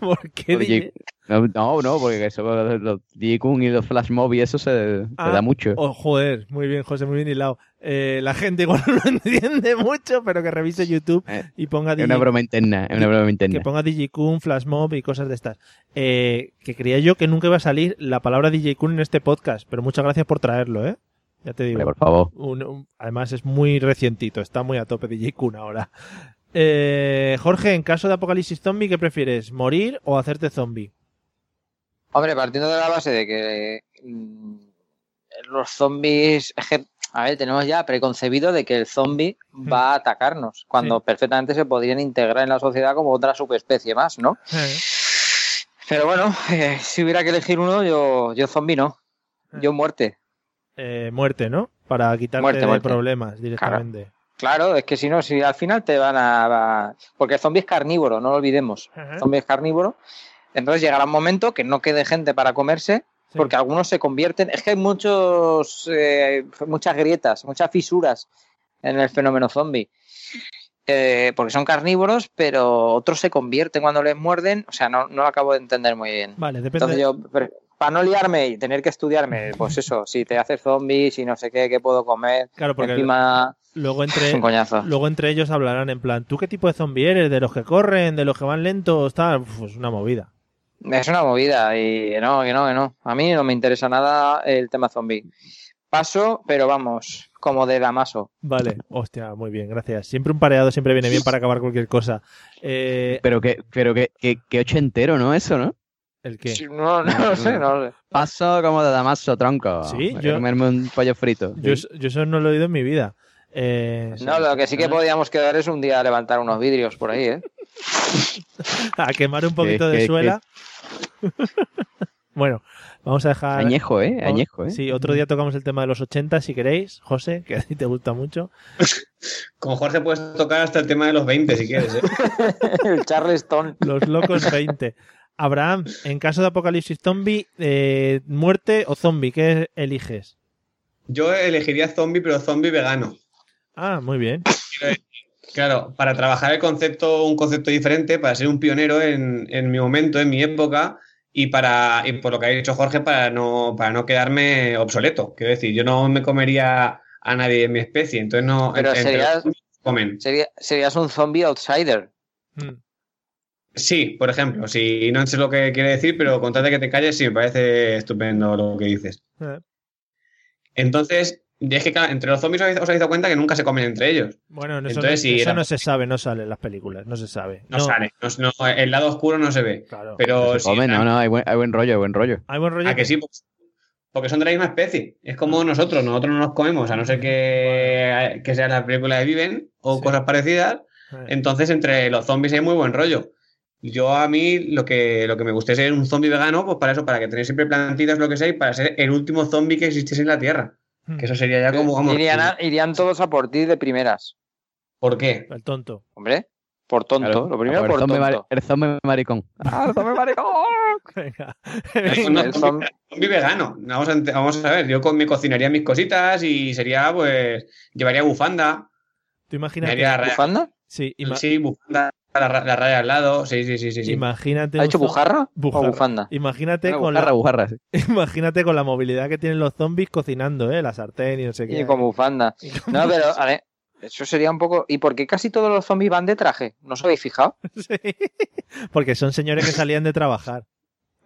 Speaker 1: ¿Por qué
Speaker 5: O DJ
Speaker 1: DJ?
Speaker 5: No, no, no, porque eso, los, los DJ Kun y los flash mob y eso se, se
Speaker 1: Ah,
Speaker 5: da mucho.
Speaker 1: Oh, joder, muy bien, José, muy bien hilado. Eh, la gente igual no lo entiende mucho, pero que revise YouTube
Speaker 5: Eh,
Speaker 1: y ponga
Speaker 5: es una
Speaker 1: DJ
Speaker 5: broma interna, es una broma
Speaker 1: que
Speaker 5: interna.
Speaker 1: ponga DJ Kun, Flash Mob y cosas de estas. Eh, que creía yo que nunca iba a salir la palabra DJ Kun en este podcast, pero muchas gracias por traerlo, ¿eh? Ya te digo.
Speaker 5: Hombre, por favor.
Speaker 1: Un- un- además es muy recientito, está muy a tope DJ Kun ahora. Eh, Jorge, en caso de apocalipsis zombie, ¿qué prefieres? ¿Morir o hacerte zombie?
Speaker 3: Hombre, partiendo de la base de que mm, los zombies. es que, A ver, tenemos ya preconcebido de que el zombie va a atacarnos, cuando
Speaker 12: Sí.
Speaker 3: perfectamente se podrían integrar en la sociedad como otra subespecie más, ¿no? Pero bueno, eh, si hubiera que elegir uno, yo, yo zombie no. Yo muerte.
Speaker 1: Eh, muerte, ¿no? Para quitarte
Speaker 3: Muerte,
Speaker 1: de
Speaker 3: muerte.
Speaker 1: problemas directamente.
Speaker 3: Claro, es que si no, si al final te van a. a- Porque el zombie es carnívoro, no lo olvidemos.
Speaker 1: Ajá.
Speaker 3: El zombie es carnívoro. Entonces llegará un momento que no quede gente para comerse, porque algunos se convierten. Es que hay muchos, eh, muchas grietas, muchas fisuras en el fenómeno zombie. Eh, porque son carnívoros, pero otros se convierten cuando les muerden. O sea, no, no lo acabo de entender muy bien.
Speaker 1: Vale, depende.
Speaker 3: Entonces yo, pre- para no liarme y tener que estudiarme, pues eso, si te haces zombie, si no sé qué, qué puedo comer.
Speaker 1: Claro, porque eh,
Speaker 3: encima...
Speaker 1: Luego entre,
Speaker 3: Un coñazo.
Speaker 1: luego entre ellos hablarán en plan, ¿tú qué tipo de zombie eres? ¿De los que corren? ¿De los que van lentos? Tal. Uf, es una movida.
Speaker 3: Es una movida y que no, que no, que no. A mí no me interesa nada el tema zombie. Paso, pero vamos, como de Damaso.
Speaker 1: Vale, hostia, muy bien, gracias. Siempre un pareado siempre viene bien para acabar cualquier cosa. Eh,
Speaker 5: Pero que, pero que, que, que ochentero, ¿no? Eso, ¿no?
Speaker 1: ¿El qué?
Speaker 3: No, no lo sé, no lo sé.
Speaker 5: Paso como de damaso, tronco.
Speaker 1: Sí,
Speaker 5: Voy a
Speaker 1: yo-
Speaker 5: comerme un pollo frito.
Speaker 1: Yo, es- yo eso no lo he oído en mi vida. Eh,
Speaker 3: No, lo que sí que podíamos quedar es un día a levantar unos vidrios por ahí, ¿eh?
Speaker 1: A quemar un poquito
Speaker 5: Que-
Speaker 1: de
Speaker 5: que-
Speaker 1: suela. bueno, vamos a dejar...
Speaker 5: Añejo, ¿eh?
Speaker 1: vamos-
Speaker 5: Añejo, ¿eh?
Speaker 1: Ah, Sí, otro día tocamos el tema de los 80 si queréis, José, que a ti te gusta mucho.
Speaker 2: Con Jorge puedes tocar hasta el tema de los 20 si quieres. ¿eh?
Speaker 3: el Charleston.
Speaker 1: Los locos 20. Abraham, en caso de apocalipsis zombie, eh, muerte o zombie, ¿qué eliges?
Speaker 2: Yo elegiría zombie, pero zombie vegano.
Speaker 1: Ah, muy bien.
Speaker 2: Claro, para trabajar el concepto, un concepto diferente, para ser un pionero en, en mi momento, en mi época, y para y por lo que ha dicho Jorge para no para no quedarme obsoleto quiero decir yo no me comería a nadie de mi especie entonces no
Speaker 3: Pero
Speaker 2: entre- entre
Speaker 3: serías-
Speaker 2: los comen
Speaker 3: Sería- serías un zombie outsider.
Speaker 1: Mm.
Speaker 2: sí por ejemplo si no sé lo que quiere decir pero contate que te calles sí me parece estupendo lo que dices
Speaker 1: Eh,
Speaker 2: entonces y es que claro, entre los zombies os habéis- os habéis dado cuenta que nunca se comen entre ellos
Speaker 1: Bueno, eso,
Speaker 2: Entonces,
Speaker 1: no,
Speaker 2: sí,
Speaker 1: eso
Speaker 2: era-
Speaker 1: no se sabe, no sale en las películas, no se sabe.
Speaker 2: no, sale no- no, el lado oscuro no se ve pero sí,
Speaker 5: Hombre,
Speaker 3: ah.
Speaker 2: eran-
Speaker 5: no, no, hay buen, hay buen rollo, hay buen rollo.
Speaker 1: Hay buen rollo.
Speaker 2: ¿A que sí? Pues- Porque son de la misma especie. Es como nosotros, nosotros no nos comemos, a no ser que, que sean las películas de Viven o cosas parecidas.
Speaker 1: eh.
Speaker 2: Entonces, entre los zombies hay muy buen rollo. Yo a mí lo que, lo que me gusta es ser un zombie vegano, pues para eso, para que tenéis siempre plantitas, lo que sea, y para ser el último zombie que existiese en la Tierra. Que
Speaker 1: Mm.
Speaker 2: eso sería ya como, vamos,
Speaker 3: Irían, a- irían todos a por ti de primeras.
Speaker 2: ¿por qué?
Speaker 1: El tonto.
Speaker 3: Hombre, por tonto.
Speaker 5: Claro,
Speaker 3: Lo primero
Speaker 5: el
Speaker 3: por
Speaker 5: zombie
Speaker 3: tonto.
Speaker 5: mari- el zombie maricón.
Speaker 3: Ah, zombie maricón.
Speaker 1: Venga.
Speaker 2: No, zombie, zombie vegano. Vamos a, ent- vamos a ver, yo con, me cocinaría mis cositas y sería, pues, llevaría bufanda.
Speaker 1: ¿Tú imaginas
Speaker 2: me
Speaker 1: que-
Speaker 2: haría la raya-
Speaker 1: Sí, ima-
Speaker 2: Sí, bufanda, la, ra- la raya al lado. Sí, sí, sí, sí. sí.
Speaker 1: Imagínate.
Speaker 2: ¿Ha
Speaker 1: un
Speaker 2: dicho
Speaker 1: zo-
Speaker 2: bujarra o bufanda?
Speaker 1: Imagínate
Speaker 2: Una
Speaker 1: con
Speaker 2: bujarra,
Speaker 1: la...
Speaker 5: bujarra,
Speaker 1: Imagínate con la movilidad que tienen los zombies cocinando, ¿eh? La sartén y no sé qué.
Speaker 3: Y con bufanda. No, pero a ver, eso sería un poco. ¿Y por qué casi todos los zombies van de traje? ¿No os habéis fijado?
Speaker 1: Porque son señores que salían de trabajar.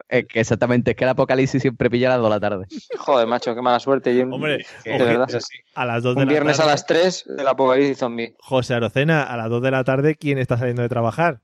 Speaker 5: Es que exactamente, es que el apocalipsis siempre pilla a las 2 de la tarde.
Speaker 3: Joder, macho, qué mala suerte. Yo,
Speaker 1: Hombre,
Speaker 3: de
Speaker 1: ojo,
Speaker 3: verdad.
Speaker 1: A las 2 de
Speaker 3: Un
Speaker 1: la
Speaker 3: viernes a
Speaker 1: tarde.
Speaker 3: las 3 del apocalipsis zombie.
Speaker 1: José Arocena, a las 2 de la tarde, ¿quién está saliendo de trabajar?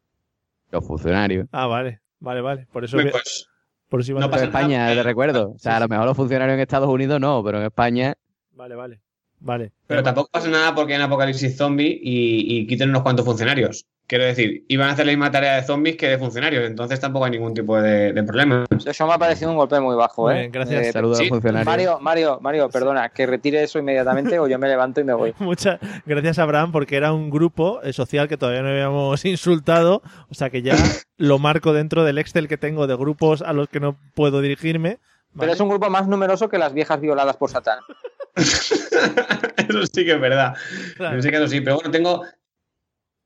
Speaker 5: Los funcionarios.
Speaker 1: Ah, vale, vale, vale. Por eso.
Speaker 5: Hombre,
Speaker 1: que-
Speaker 2: Pues,
Speaker 1: por eso iba a
Speaker 5: No, pero en
Speaker 1: decir-
Speaker 5: España, te recuerdo. O sea, a lo mejor los funcionarios en Estados Unidos no, pero en España.
Speaker 1: Vale, vale. Vale.
Speaker 2: Pero tampoco pasa nada porque hay un apocalipsis zombie y, y quiten unos cuantos funcionarios. Quiero decir, iban a hacer la misma tarea de zombies que de funcionarios, entonces tampoco hay ningún tipo de, de problema.
Speaker 3: Eso me ha parecido un golpe muy bajo,
Speaker 2: Muy
Speaker 3: ¿eh?
Speaker 2: bien, gracias.
Speaker 3: Eh,
Speaker 2: Saludos al funcionario.
Speaker 3: Mario, Mario, Mario, perdona, que retire eso inmediatamente o yo me levanto y me voy.
Speaker 1: Muchas gracias, Abraham, porque era un grupo eh, social que todavía no habíamos insultado. O sea que ya lo marco dentro del Excel que tengo de grupos a los que no puedo dirigirme.
Speaker 3: Pero es un grupo más numeroso que las viejas violadas por Satán.
Speaker 2: Eso sí que es verdad. En ese caso sí, pero bueno, tengo,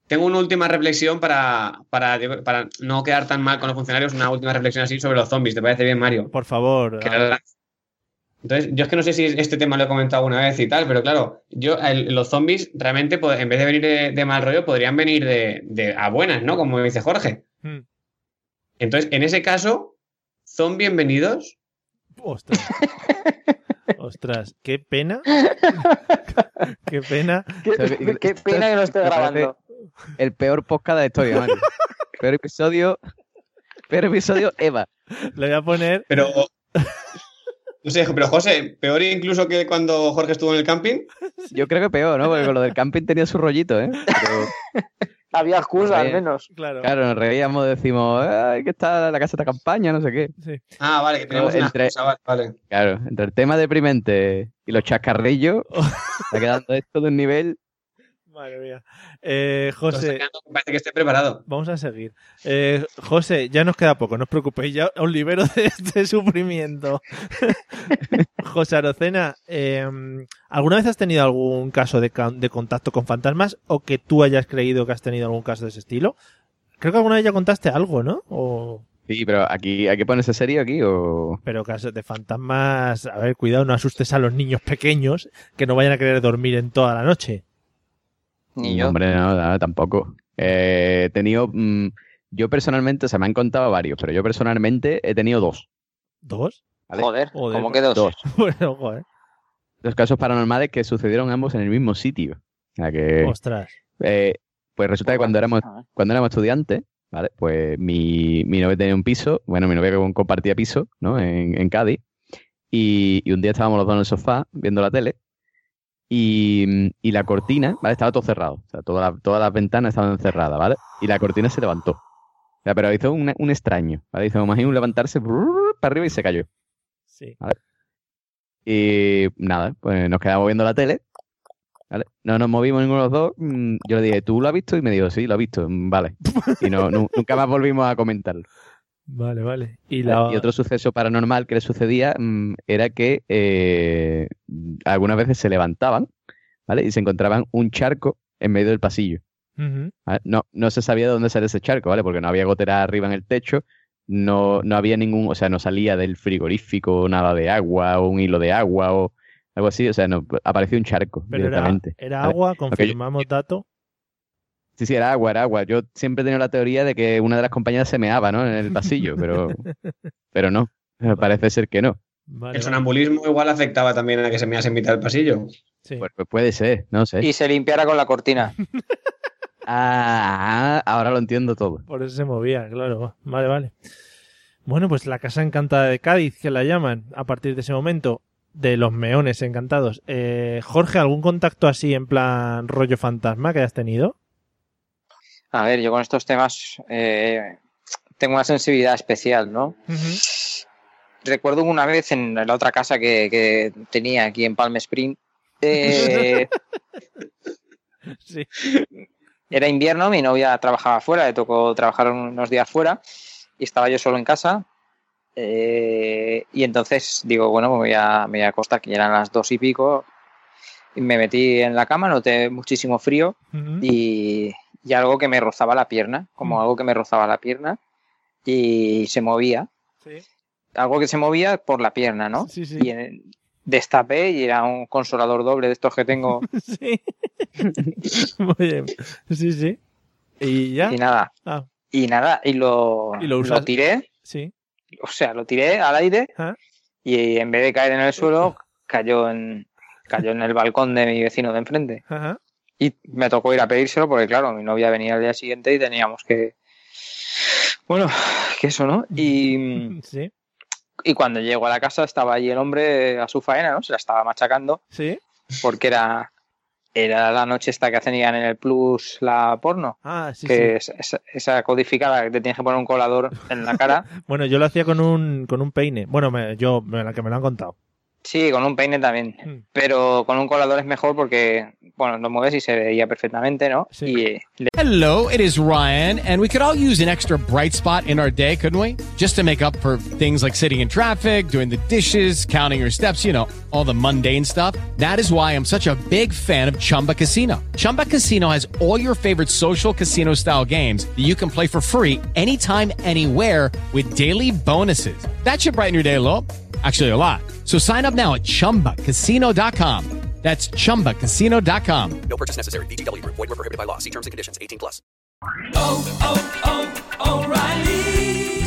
Speaker 2: tengo una última reflexión para, para, para no quedar tan mal con los funcionarios, una última reflexión así sobre los zombies. ¿Te parece bien, Mario?
Speaker 1: Por favor. ah,
Speaker 2: Que era la- Entonces, yo es que no sé si este tema lo he comentado alguna vez y tal, pero claro, yo el- los zombies realmente, pues, en vez de venir de, de mal rollo, podrían venir de, de a buenas, ¿no? Como dice Jorge.
Speaker 1: Hmm.
Speaker 2: Entonces, en ese caso, son bienvenidos.
Speaker 1: Ostras. Ostras, qué pena. qué pena.
Speaker 5: Qué- qué pena que no esté Me parece- grabando. El peor podcast de la historia, Mario. Peor episodio. Peor episodio, Eva.
Speaker 1: Le voy a poner.
Speaker 2: Pero. No sé, pero José, peor incluso que cuando Jorge estuvo en el camping.
Speaker 5: Yo creo que peor, ¿no? Porque con lo del camping tenía su rollito, ¿eh? Pero,
Speaker 3: Había excusa,
Speaker 5: Sí.
Speaker 3: al menos.
Speaker 1: Claro.
Speaker 5: claro, nos reíamos, decimos, ay, que está la casa de campaña, no sé qué.
Speaker 2: Ah, vale, que tenemos una
Speaker 5: Entre-
Speaker 2: excusa, vale, vale.
Speaker 5: Claro, entre el tema deprimente y los chascarrillos, está quedando esto de un nivel.
Speaker 1: Madre mía. Eh, José.
Speaker 2: Parece que esté preparado.
Speaker 1: Vamos a seguir. Eh, José, ya nos queda poco, no os preocupéis, ya os libero de este sufrimiento. José Arocena, eh, ¿alguna vez has tenido algún caso de, ca- de contacto con fantasmas o que tú hayas creído que has tenido algún caso de ese estilo? Creo que alguna vez ya contaste algo, ¿no? O,
Speaker 5: Sí, pero aquí hay que ponerse serio aquí o.
Speaker 1: pero casos de fantasmas, a ver, cuidado, no asustes a los niños pequeños que no vayan a querer dormir en toda la noche.
Speaker 3: Ni
Speaker 5: yo. Hombre, no, no, tampoco. Eh, he tenido. mm, yo personalmente, o sea, me han contado varios, pero yo personalmente he tenido dos.
Speaker 1: ¿Dos?
Speaker 3: Joder,
Speaker 1: Joder.
Speaker 3: ¿cómo que dos?
Speaker 5: Dos.
Speaker 1: Bueno, joder.
Speaker 5: Dos casos paranormales que sucedieron ambos en el mismo sitio. O sea que.
Speaker 1: Ostras.
Speaker 5: Eh, pues resulta que cuando éramos,
Speaker 3: Ah.
Speaker 5: cuando éramos estudiantes, ¿vale? Pues mi, mi novia tenía un piso, bueno, mi novia que compartía piso, ¿no? En, en Cádiz. Y, y un día estábamos los dos en el sofá viendo la tele y, y la cortina, ¿vale? Estaba todo cerrado, o sea, toda la- todas las ventanas estaban cerradas, ¿vale? Y la cortina se levantó. O sea, pero hizo una- un extraño, ¿vale? Hizo, me imagino, un levantarse brrr, para arriba y se cayó.
Speaker 1: Sí.
Speaker 5: ¿vale? Y nada, pues nos quedamos viendo la tele. ¿vale? No nos movimos ninguno de los dos. Mm, Yo le dije, ¿tú lo has visto? Y me dijo, sí, lo he visto. Mm, Vale. Y no, nu- nunca más volvimos a comentarlo.
Speaker 1: Vale, vale. Y la...
Speaker 5: Y otro suceso paranormal que le sucedía mm, era que eh, algunas veces se levantaban, ¿vale? Y se encontraban un charco en medio del pasillo.
Speaker 1: Ujú.
Speaker 5: Ah, ¿vale? No, no se sabía de dónde salía ese charco, ¿vale? Porque no había gotera arriba en el techo, no, no había ningún, o sea, no salía del frigorífico nada de agua o un hilo de agua o algo así, o sea, no, apareció un charco
Speaker 1: Pero era,
Speaker 5: directamente.
Speaker 1: era
Speaker 5: ¿vale?
Speaker 1: agua,
Speaker 5: Aunque yo-
Speaker 1: confirmamos dato.
Speaker 5: Sí, sí, era agua, era agua. Yo siempre he tenido la teoría de que una de las compañeras se meaba, ¿no? En el pasillo, pero, pero no. Parece ser que no.
Speaker 2: el sonambulismo igual afectaba también a que se me en mitad del pasillo.
Speaker 5: Pues, pues puede ser, no sé.
Speaker 3: Y se limpiara con la cortina.
Speaker 5: Ah, ahora lo entiendo todo.
Speaker 1: Por eso se movía, claro. Vale, vale. Bueno, pues la Casa Encantada de Cádiz, que la llaman a partir de ese momento, de los meones encantados. Eh, Jorge, ¿algún contacto así en plan rollo fantasma que hayas tenido?
Speaker 3: A ver, yo con estos temas eh, tengo una sensibilidad especial, ¿no? Recuerdo una vez en la otra casa que, que tenía aquí en Palm Spring. eh, Era invierno, mi novia trabajaba fuera, le tocó trabajar unos días fuera y estaba yo solo en casa. eh, y entonces digo, bueno, pues me voy, a, me voy a acostar, que ya eran las dos y pico. Y me metí en la cama, noté muchísimo frío y, y algo que me rozaba la pierna, como algo que me rozaba la pierna y se movía. Algo que se movía por la pierna, ¿no? Y en- destapé y era un consolador doble de estos que tengo.
Speaker 1: Muy bien. Sí, sí. Y ya.
Speaker 3: Y nada.
Speaker 1: Ah.
Speaker 3: Y nada, y lo,
Speaker 1: Y lo
Speaker 3: lo
Speaker 1: usas- Ah.
Speaker 3: tiré,
Speaker 1: Sí.
Speaker 3: o sea, lo tiré al aire y en vez de caer en el suelo, cayó en, cayó en el balcón de mi vecino de enfrente.
Speaker 1: Ajá.
Speaker 3: Y me tocó ir a pedírselo porque, claro, mi novia venía al día siguiente y teníamos que. Bueno, que eso, ¿no? Y,
Speaker 1: Sí.
Speaker 3: y cuando llego a la casa estaba allí el hombre eh, a su faena, ¿no? Se la estaba machacando
Speaker 1: Sí.
Speaker 3: porque era, era la noche esta que tenían en el Plus la porno
Speaker 1: Ah, sí,
Speaker 3: que
Speaker 1: sí.
Speaker 3: es- esa, esa codificada que te tienes que poner un colador en la cara.
Speaker 1: Bueno, yo lo hacía con un, con un peine. Bueno, me- yo, me- la que me lo han contado.
Speaker 3: Sí, con un peine
Speaker 1: Mm.
Speaker 3: también. Pero con un colador es mejor porque, bueno, lo mueves y se veía perfectamente, ¿no? Y eh, le-
Speaker 12: Hello, it is Ryan, and we could all use an extra bright spot in our day, couldn't we? Just to make up for things like sitting in traffic, doing the dishes, counting your steps, you know, all the mundane stuff. That is why I'm such a big fan of Chumba Casino. Chumba Casino has all your favorite social casino style games that you can play for free anytime, anywhere with daily bonuses. That should brighten your day, a little. Actually, a lot. So sign up now at chumbacasino.com. That's chumbacasino.com.
Speaker 13: No purchase necessary. VGW Group. Void were prohibited by law. See terms and conditions. 18 plus.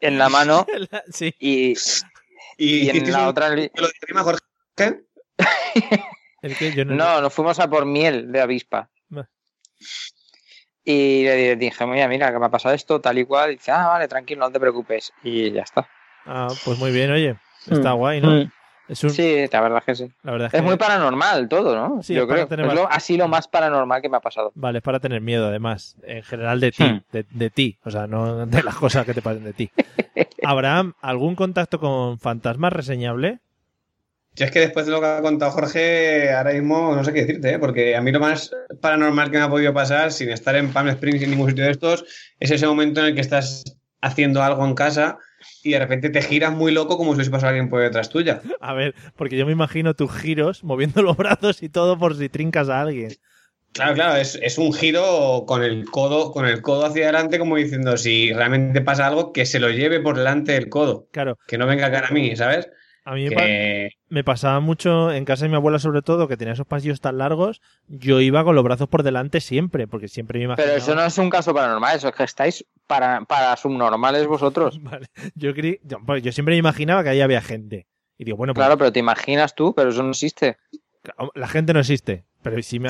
Speaker 3: en la mano. Y, y en
Speaker 2: hiciste
Speaker 3: la
Speaker 2: un-
Speaker 3: otra. ¿Lo Jorge? no, nos fuimos a por miel de avispa.
Speaker 1: Va.
Speaker 3: Y le di- dije, mira, mira, que me ha pasado esto, tal y cual. Y dice, ah, vale, tranquilo, no te preocupes. Y ya está.
Speaker 1: Ah, pues muy bien, oye. Está guay, ¿no?
Speaker 3: Mm. Sí, la verdad es que sí.
Speaker 1: La verdad es,
Speaker 3: Es
Speaker 1: que-
Speaker 3: muy paranormal todo, ¿no?
Speaker 1: Sí,
Speaker 3: Yo
Speaker 1: es para
Speaker 3: creo.
Speaker 1: tener
Speaker 3: Es
Speaker 1: más-
Speaker 3: lo- así lo más paranormal que me ha pasado.
Speaker 1: Vale, es para tener miedo, además. En general de
Speaker 3: Mm.
Speaker 1: ti, de, de ti. O sea, no de las cosas que te pasen de ti. Abraham, ¿algún contacto con fantasmas reseñable?
Speaker 2: Yo es que después de lo que ha contado Jorge, ahora mismo no sé qué decirte, ¿eh? porque a mí lo más paranormal que me ha podido pasar, sin estar en Palm Springs en ningún sitio de estos, es ese momento en el que estás haciendo algo en casa y de repente te giras muy loco como si hubiese pasado alguien por detrás tuya.
Speaker 1: A ver, porque yo me imagino tus giros, moviendo los brazos y todo por si trincas a alguien.
Speaker 2: Claro, claro, es, es un giro con el codo, con el codo hacia adelante, como diciendo, si realmente pasa algo, que se lo lleve por delante del codo.
Speaker 1: Claro.
Speaker 2: Que no venga cara a mí, ¿sabes?
Speaker 1: A mí me,
Speaker 2: Que-
Speaker 1: pa- me pasaba mucho en casa de mi abuela, sobre todo, que tenía esos pasillos tan largos. Yo iba con los brazos por delante siempre, porque siempre me imaginaba.
Speaker 3: Pero eso no es un caso paranormal, eso es que estáis para, para subnormales vosotros.
Speaker 1: yo, creí- yo, pues, yo siempre me imaginaba que ahí había gente. Y digo, bueno, pues
Speaker 3: Claro, pero te imaginas tú, pero eso no existe.
Speaker 1: la gente no existe. Pero si me,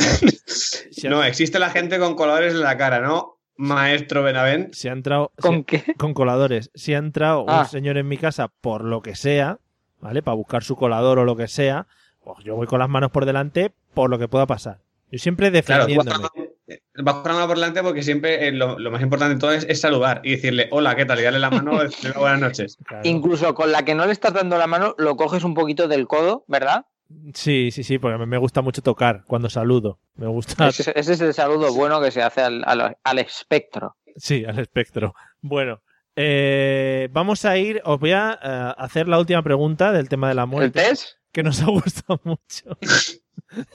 Speaker 2: No, existe la gente con colores en la cara, ¿no? Maestro Benavent.
Speaker 1: Se ha entrado.
Speaker 2: ¿Con
Speaker 1: se- Con coladores. Si ha entrado
Speaker 2: Ah.
Speaker 1: un señor en mi casa por lo que sea, ¿vale? Para buscar su colador o lo que sea, pues yo voy con las manos por delante por lo que pueda pasar. Yo siempre
Speaker 2: Claro, tú vas
Speaker 1: defendiéndome.
Speaker 2: con- vas con la mano por delante porque siempre eh, lo, lo más importante de todo es, es saludar y decirle hola, ¿qué tal? Y darle la mano y decirle buenas noches.
Speaker 3: Incluso con la que no le estás dando la mano, lo coges un poquito del codo, ¿verdad?
Speaker 1: Sí, sí, sí, porque me gusta mucho tocar cuando saludo. Me gusta.
Speaker 3: Ese, ese es el saludo bueno que se hace al, al- al espectro.
Speaker 1: Sí, al espectro. Bueno, eh, vamos a ir. Os voy a eh, hacer la última pregunta del tema de la muerte.
Speaker 3: ¿El test?
Speaker 1: Que nos ha gustado mucho.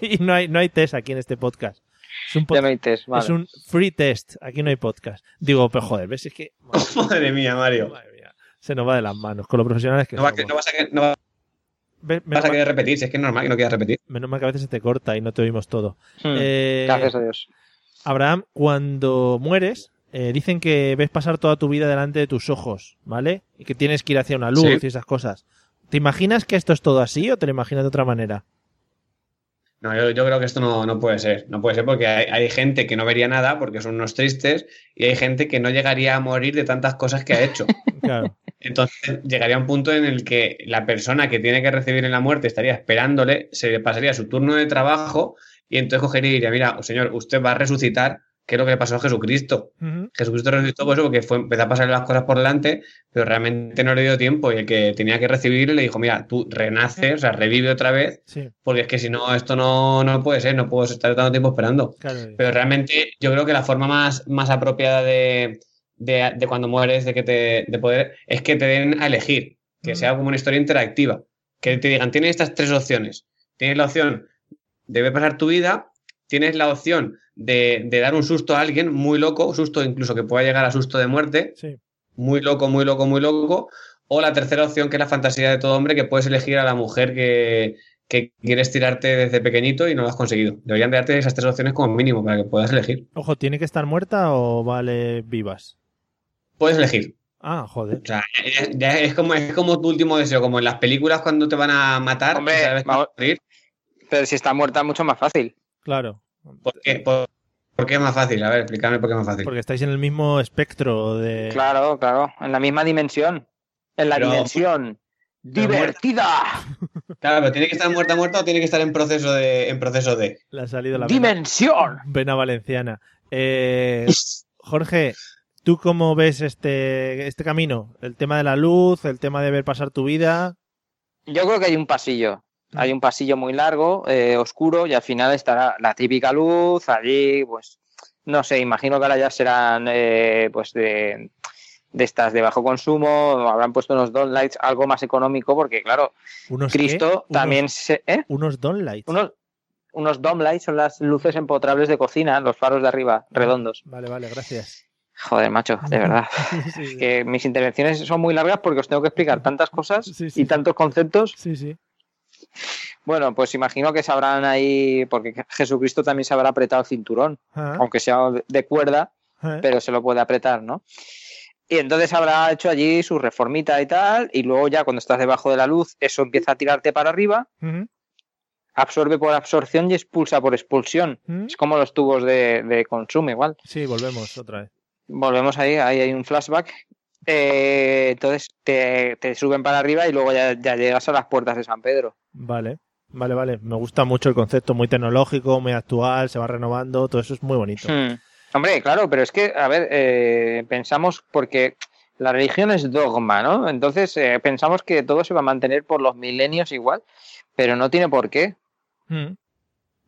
Speaker 1: y no hay, no hay test aquí en este podcast. Es un, pod-
Speaker 3: Ya me dices,
Speaker 1: Pues
Speaker 3: vale.
Speaker 1: es un free test. Aquí no hay podcast. Digo, pero joder, ¿ves? Es que
Speaker 2: Madre mía, Mario.
Speaker 1: se nos va de las manos con los profesionales que
Speaker 2: No, va,
Speaker 1: somos.
Speaker 2: que- no vas a querer, no va-
Speaker 1: Ve-
Speaker 2: vas
Speaker 1: menos,
Speaker 2: a
Speaker 1: mal,
Speaker 2: querer repetir, si es que es normal que Mm. no quieras repetir.
Speaker 1: menos mal que a veces se te corta y no te oímos todo.
Speaker 3: Hmm,
Speaker 1: Eh,
Speaker 3: Gracias a Dios.
Speaker 1: Abraham, cuando mueres, eh, dicen que ves pasar toda tu vida delante de tus ojos, ¿vale? Y que tienes que ir hacia una luz
Speaker 2: Sí.
Speaker 1: y esas cosas. ¿Te imaginas que esto es todo así o te lo imaginas de otra manera?
Speaker 2: No, yo, yo creo que esto no, no puede ser. No puede ser porque hay, hay gente que no vería nada porque son unos tristes y hay gente que no llegaría a morir de tantas cosas que ha hecho.
Speaker 1: Claro.
Speaker 2: Entonces llegaría un punto en el que la persona que tiene que recibir en la muerte estaría esperándole, se le pasaría su turno de trabajo y entonces cogería y diría, mira, señor, usted va a resucitar, que es lo que le pasó a Jesucristo. Jesucristo resucitó por eso, porque fue, empezó a pasarle las cosas por delante, pero realmente no le dio tiempo y el que tenía que recibir le dijo, mira, tú renaces, o sea, revive otra vez,
Speaker 1: Sí.
Speaker 2: porque es que si no, esto no, no puede ser, no puedo estar tanto tiempo esperando.
Speaker 1: Claro.
Speaker 2: Pero realmente yo creo que la forma más, más apropiada de, de- de cuando mueres, de que te de poder, es que te den a elegir, que sea como una historia interactiva, que te digan, tienes estas tres opciones. Tienes la opción de ver pasar tu vida, tienes la opción de, de dar un susto a alguien muy loco, un susto incluso que pueda llegar a susto de muerte, muy loco, muy loco, muy loco, o la tercera opción que es la fantasía de todo hombre, que puedes elegir a la mujer que, que quieres tirarte desde pequeñito y no lo has conseguido. Deberían de darte esas tres opciones como mínimo para que puedas elegir.
Speaker 1: Ojo, ¿tiene que estar muerta o vale vivas?
Speaker 2: Puedes elegir.
Speaker 1: Ah, joder.
Speaker 2: O sea, ya- ya es como, es como tu último deseo, como en las películas cuando te van a matar,
Speaker 3: Hombre,
Speaker 2: y sabes que vas a morir.
Speaker 3: Pero si está muerta, mucho más fácil.
Speaker 1: Claro.
Speaker 2: ¿Por qué, por, por qué es más fácil? A ver, explícame por qué es más fácil.
Speaker 1: Porque estáis en el mismo espectro de.
Speaker 3: Claro, claro. En la misma dimensión. En la
Speaker 2: Pero-
Speaker 3: dimensión.
Speaker 2: pero
Speaker 3: ¡Divertida!
Speaker 2: Claro, pero tiene que estar muerta, muerta o tiene que estar en proceso de. En proceso de.
Speaker 1: Le ha salido la vena,
Speaker 3: ¡Dimensión!
Speaker 1: vena valenciana. Eh, Jorge, ¿tú cómo ves este, este camino? El tema de la luz, el tema de ver pasar tu vida.
Speaker 3: Yo creo que hay un pasillo. Hay un pasillo muy largo, eh, oscuro, y al final estará la típica luz. Allí, pues, no sé, imagino que ahora ya serán, eh, pues, de, de estas de bajo consumo. Habrán puesto unos Don Lights, algo más económico, porque, claro,
Speaker 1: ¿Unos qué?
Speaker 3: Cristo
Speaker 1: Unos-
Speaker 3: también se. ¿eh?
Speaker 1: Unos Don Lights.
Speaker 3: Unos, unos Dom Lights son las luces empotrables de cocina, los faros de arriba, redondos.
Speaker 1: Vale, vale, gracias.
Speaker 3: Joder, macho, de verdad.
Speaker 1: Sí,
Speaker 3: que mis intervenciones son muy largas porque os tengo que explicar tantas cosas y tantos conceptos.
Speaker 1: Sí, sí.
Speaker 3: Bueno, pues imagino que sabrán ahí, porque Jesucristo también se habrá apretado el cinturón,
Speaker 1: Ah.
Speaker 3: aunque sea de cuerda,
Speaker 1: Ah.
Speaker 3: pero se lo puede apretar, ¿no? Y entonces habrá hecho allí su reformita y tal, y luego ya cuando estás debajo de la luz, eso empieza a tirarte para arriba,
Speaker 1: eh, Ujú.
Speaker 3: absorbe por absorción y expulsa por expulsión.
Speaker 1: ¿Mm?
Speaker 3: Es como los tubos de, de consumo, igual.
Speaker 1: Sí, volvemos otra vez.
Speaker 3: Volvemos ahí, ahí hay un flashback. Eh, entonces te, te suben para arriba y luego ya, ya llegas a las puertas de San Pedro.
Speaker 1: Vale, vale, vale. Me gusta mucho el concepto, muy tecnológico, muy actual, se va renovando, todo eso es muy bonito.
Speaker 3: Hmm. Hombre, claro, pero es que, a ver, eh, pensamos porque la religión es dogma, ¿no? Entonces eh, pensamos que todo se va a mantener por los milenios igual, pero no tiene por qué. Hmm.
Speaker 1: Mm.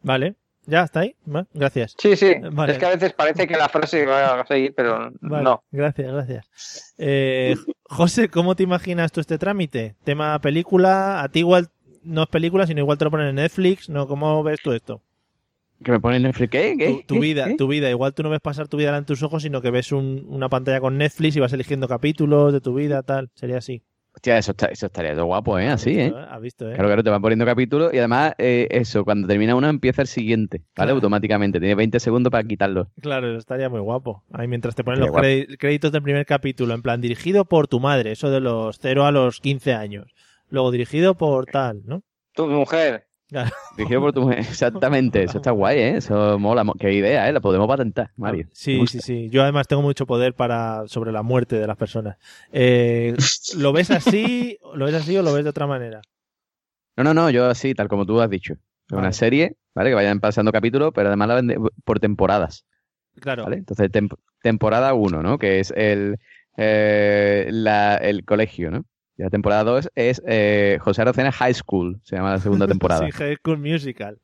Speaker 1: Vale, ya está ahí. Va, Gracias.
Speaker 3: Sí, sí.
Speaker 1: Vale.
Speaker 3: Es que a veces parece que la frase va a seguir, pero
Speaker 1: Vale,
Speaker 3: no.
Speaker 1: Gracias, gracias. Eh, José, ¿cómo te imaginas tú este trámite? Tema película, a ti igual no es película, sino igual te lo ponen en Netflix, ¿no? ¿Cómo ves tú esto?
Speaker 5: Que me ponen Netflix. ¿Qué? ¿Qué?
Speaker 1: Tu, tu
Speaker 5: ¿Qué?
Speaker 1: vida,
Speaker 5: ¿Qué?
Speaker 1: tu vida. Igual tú no ves pasar tu vida delante de tus ojos, sino que ves un- una pantalla con Netflix y vas eligiendo capítulos de tu vida, tal. Sería así.
Speaker 5: Hostia, eso, está- eso estaría todo guapo, ¿eh? Así, ¿eh?
Speaker 1: ¿Has visto, eh?
Speaker 5: Claro, claro, te van poniendo capítulos y además eh, eso, cuando termina uno empieza el siguiente, ¿vale? Automáticamente, tienes 20 segundos para quitarlo.
Speaker 1: Claro, eso estaría muy guapo. Ahí mientras te ponen los
Speaker 5: Estaría guapo.
Speaker 1: credi- créditos del primer capítulo, en plan dirigido por tu madre, eso de los 0 a los 15 años. Luego dirigido por tal, ¿no?
Speaker 3: Tu mujer.
Speaker 1: Claro.
Speaker 5: Dirigido por tu mujer, exactamente, eso está guay, ¿eh? Eso mola, mo- qué idea, ¿eh? La podemos patentar, Mario. Me
Speaker 1: Ah, Sí,
Speaker 5: gusta.
Speaker 1: sí, sí. Yo además tengo mucho poder para sobre la muerte de las personas. Eh, ¿Lo ves así, lo ves así o lo ves de otra manera?
Speaker 5: No, no, no, yo así, tal como tú has dicho. Es Una serie, ¿vale? Que vayan pasando capítulos, pero además la vende por temporadas.
Speaker 1: Claro.
Speaker 5: ¿vale? Entonces, tem- temporada 1, ¿no? Que es el, eh, la- el colegio, ¿no? Y la temporada 2 es eh, José Arocena High School, se llama la segunda temporada.
Speaker 1: Sí, High School Musical.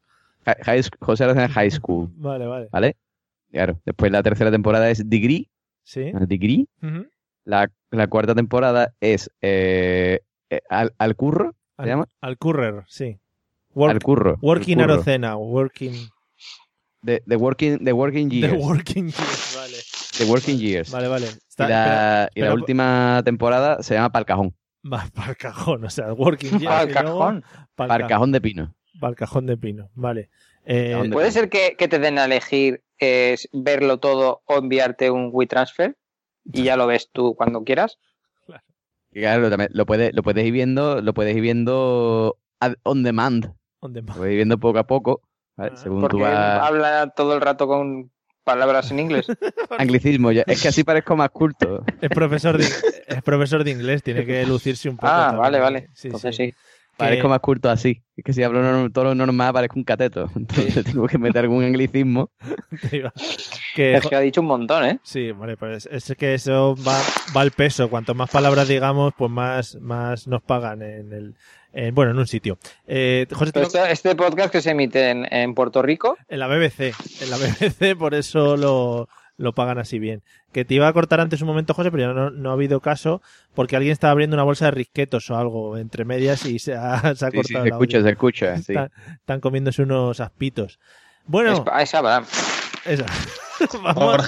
Speaker 5: Hi- High Sc- José Arocena High School,
Speaker 1: Vale, vale.
Speaker 5: ¿vale? Claro. Después la tercera temporada es Degree.
Speaker 1: Sí.
Speaker 5: Degree.
Speaker 1: Ujú.
Speaker 5: La, la cuarta temporada es eh, eh, al, al Curro, ¿se
Speaker 1: Al-
Speaker 5: llama?
Speaker 1: Al Currer, sí. Work-
Speaker 5: al Curro.
Speaker 1: Working
Speaker 5: al curro.
Speaker 1: Arocena, Working.
Speaker 5: The, the working, the working
Speaker 1: The
Speaker 5: Years.
Speaker 1: Working Years, vale.
Speaker 5: The Working Years.
Speaker 1: Vale, vale.
Speaker 5: Y la,
Speaker 1: Está- espera,
Speaker 5: y la
Speaker 1: espera,
Speaker 5: última temporada se llama Palcajón.
Speaker 1: Va para el cajón, o sea, Working Years.
Speaker 3: Pa'l
Speaker 1: y luego
Speaker 3: cajón.
Speaker 1: pa'l ca-
Speaker 5: Palcajón de Pino.
Speaker 1: pa'l cajón de pino, vale. Eh,
Speaker 3: ¿Puede ser que, que te den a elegir eh, verlo todo o enviarte un WeTransfer? Y ya lo ves tú cuando quieras.
Speaker 5: Y claro, también lo puedes, lo puedes ir viendo, lo puedes ir viendo ad- on demand.
Speaker 1: On
Speaker 5: Lo puedes ir viendo poco a poco. ¿vale? Según tú
Speaker 3: Porque
Speaker 5: vas.
Speaker 3: habla todo el rato con palabras en inglés.
Speaker 5: Anglicismo, ya- es que así parezco más culto.
Speaker 1: Es profesor, de, es profesor de inglés, tiene que lucirse un poco.
Speaker 5: Ah,
Speaker 1: también.
Speaker 5: vale, vale.
Speaker 1: Sí, Eh,
Speaker 5: Entonces
Speaker 1: sí.
Speaker 5: Parezco más culto así. Es que si hablo norm- todo lo normal, parezco un cateto. Entonces tengo que meter algún anglicismo.
Speaker 1: Te iba- que,
Speaker 3: Es que ha dicho un montón, ¿eh?
Speaker 1: Sí, vale, pues es que eso va, va al peso. Cuanto más palabras digamos, pues más, más nos pagan en el, en- bueno, en un sitio. Eh, José, te-
Speaker 3: Este, este podcast que se emite en, en Puerto Rico.
Speaker 1: en la BBC, en la BBC por eso lo, lo pagan así bien. Que te iba a cortar antes un momento, José, pero ya no, no ha habido caso porque alguien estaba abriendo una bolsa de risquetos o algo entre medias y se ha, se ha
Speaker 5: Sí, sí,
Speaker 1: cortado
Speaker 5: se
Speaker 1: el audio.
Speaker 5: escucha, se escucha. sí.
Speaker 1: Están, están comiéndose unos aspitos. Bueno,
Speaker 3: Ah, esa, ¿verdad?
Speaker 1: esa. vamos,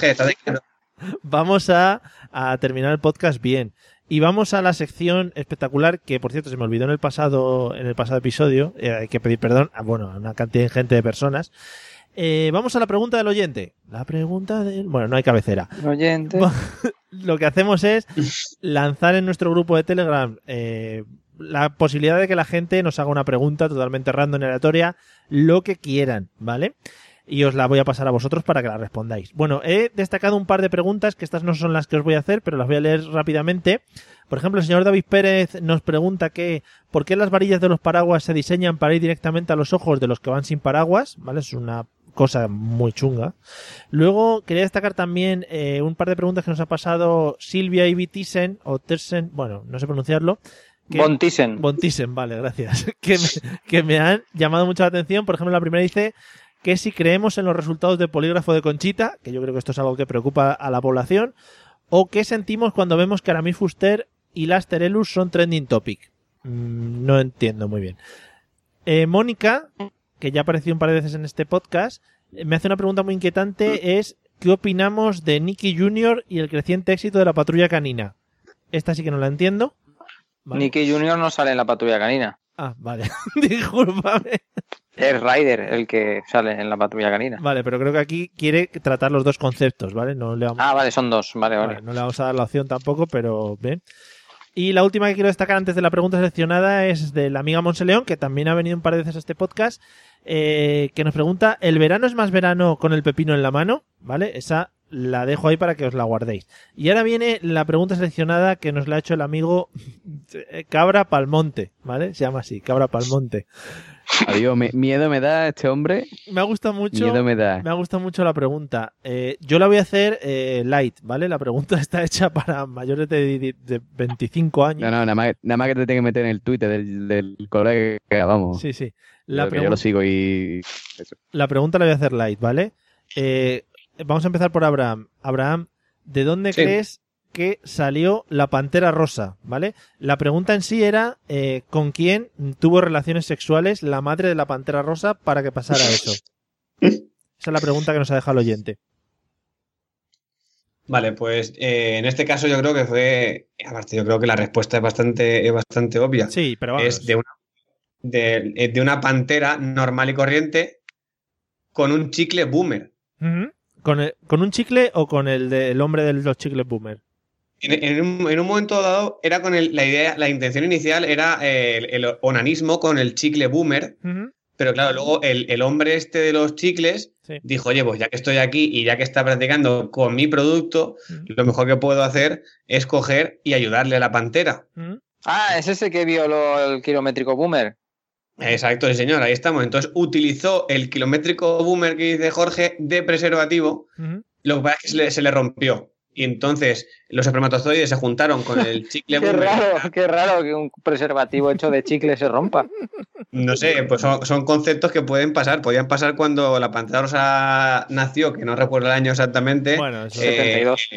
Speaker 1: vamos a, a terminar el podcast bien. Y vamos a la sección espectacular que, por cierto, se me olvidó en el pasado, en el pasado episodio. Eh, hay que pedir perdón a, bueno, a una cantidad ingente de personas. Eh, vamos a la pregunta del oyente. La pregunta del... Bueno, no hay cabecera.
Speaker 3: Oyente.
Speaker 1: Lo que hacemos es lanzar en nuestro grupo de Telegram eh, la posibilidad de que la gente nos haga una pregunta totalmente random y aleatoria, lo que quieran, ¿vale? Y os la voy a pasar a vosotros para que la respondáis. Bueno, he destacado un par de preguntas, que estas no son las que os voy a hacer, pero las voy a leer rápidamente. Por ejemplo, el señor David Pérez nos pregunta que ¿por qué las varillas de los paraguas se diseñan para ir directamente a los ojos de los que van sin paraguas? ¿Vale? Es una cosa muy chunga. Luego quería destacar también eh, un par de preguntas que nos ha pasado Silvia Ibi Thyssen, o Tersen, bueno, no sé pronunciarlo. que-
Speaker 3: Von Thyssen.
Speaker 1: Von Thyssen, vale, gracias. Que me, que me han llamado mucho la atención. Por ejemplo, la primera dice que si creemos en los resultados del polígrafo de Conchita, que yo creo que esto es algo que preocupa a la población, o qué sentimos cuando vemos que Aramis Fuster y Lasterelus son trending topic. Mm, No entiendo muy bien. Eh, Mónica, que ya apareció un par de veces en este podcast, eh, me hace una pregunta muy inquietante, es ¿qué opinamos de Nicky Jr. y el creciente éxito de la patrulla canina? Esta sí que no la entiendo. Vale.
Speaker 3: Nicky Junior no sale en la patrulla canina.
Speaker 1: Ah, vale. Discúlpame.
Speaker 3: Es Ryder el que sale en la patrulla canina.
Speaker 1: Vale, pero creo que aquí quiere tratar los dos conceptos, ¿vale? No le vamos,
Speaker 3: Ah, vale, son dos. Vale, vale.
Speaker 1: vale, no le vamos a dar la opción tampoco, pero bien. Y la última que quiero destacar antes de la pregunta seleccionada es de la amiga Monseleón, que también ha venido un par de veces a este podcast, eh, que nos pregunta, ¿el verano es más verano con el pepino en la mano? ¿Vale? Esa la dejo ahí para que os la guardéis. Y ahora viene la pregunta seleccionada que nos la ha hecho el amigo eh, Cabra Palmonte, ¿vale? Se llama así, Cabra Palmonte.
Speaker 5: Adiós, me- miedo me da este hombre.
Speaker 1: Me ha gustado mucho.
Speaker 5: Miedo me da.
Speaker 1: Me ha gustado mucho la pregunta. Eh, yo la voy a hacer eh, light, ¿vale? La pregunta está hecha para mayores de, de- de 25 años.
Speaker 5: No, no, nada más, nada más que te tengo que meter en el Twitter del, del colega, vamos.
Speaker 1: Sí, sí. La,
Speaker 5: La yo lo
Speaker 1: pregun-
Speaker 5: sigo y. eso.
Speaker 1: la pregunta la voy a hacer light, ¿vale? Eh, vamos a empezar por Abraham. Abraham, ¿de dónde
Speaker 2: Sí.
Speaker 1: crees que salió la pantera rosa? ¿Vale? La pregunta en sí era eh, ¿con quién tuvo relaciones sexuales la madre de la pantera rosa para que pasara eso? Esa es la pregunta que nos ha dejado el oyente.
Speaker 2: Vale, pues eh, en este caso yo creo que fue. Aparte, yo creo que la respuesta es bastante, es bastante obvia.
Speaker 1: Sí, pero vamos.
Speaker 2: Es de una, de, eh, de una pantera normal y corriente con un chicle boomer.
Speaker 1: Ujú. ¿Con, el- ¿Con un chicle o con el del hombre de los chicles boomer?
Speaker 2: En, en un, en un momento dado, era con el- la idea, la intención inicial era eh, el, el onanismo con el chicle boomer,
Speaker 1: Ujú.
Speaker 2: pero claro, luego el, el hombre este de los chicles
Speaker 1: Sí.
Speaker 2: dijo, oye, pues ya que estoy aquí y ya que está practicando con mi producto, lo mejor que puedo hacer es coger y ayudarle a la pantera.
Speaker 3: Ah, es ese que violó el kilométrico boomer.
Speaker 2: Exacto, sí, señor, ahí estamos. Entonces utilizó el kilométrico boomer que dice Jorge de preservativo Lo que pasa es que se le, se le rompió. Y entonces los espermatozoides se juntaron con el chicle.
Speaker 3: Qué
Speaker 2: boomerang.
Speaker 3: raro, qué raro que un preservativo hecho de chicle se rompa.
Speaker 2: No sé, pues son, son conceptos que pueden pasar. Podían pasar cuando la pantera rosa nació, que no recuerdo el año
Speaker 3: Eh,
Speaker 2: exactamente.
Speaker 1: Bueno, eso-
Speaker 3: 72.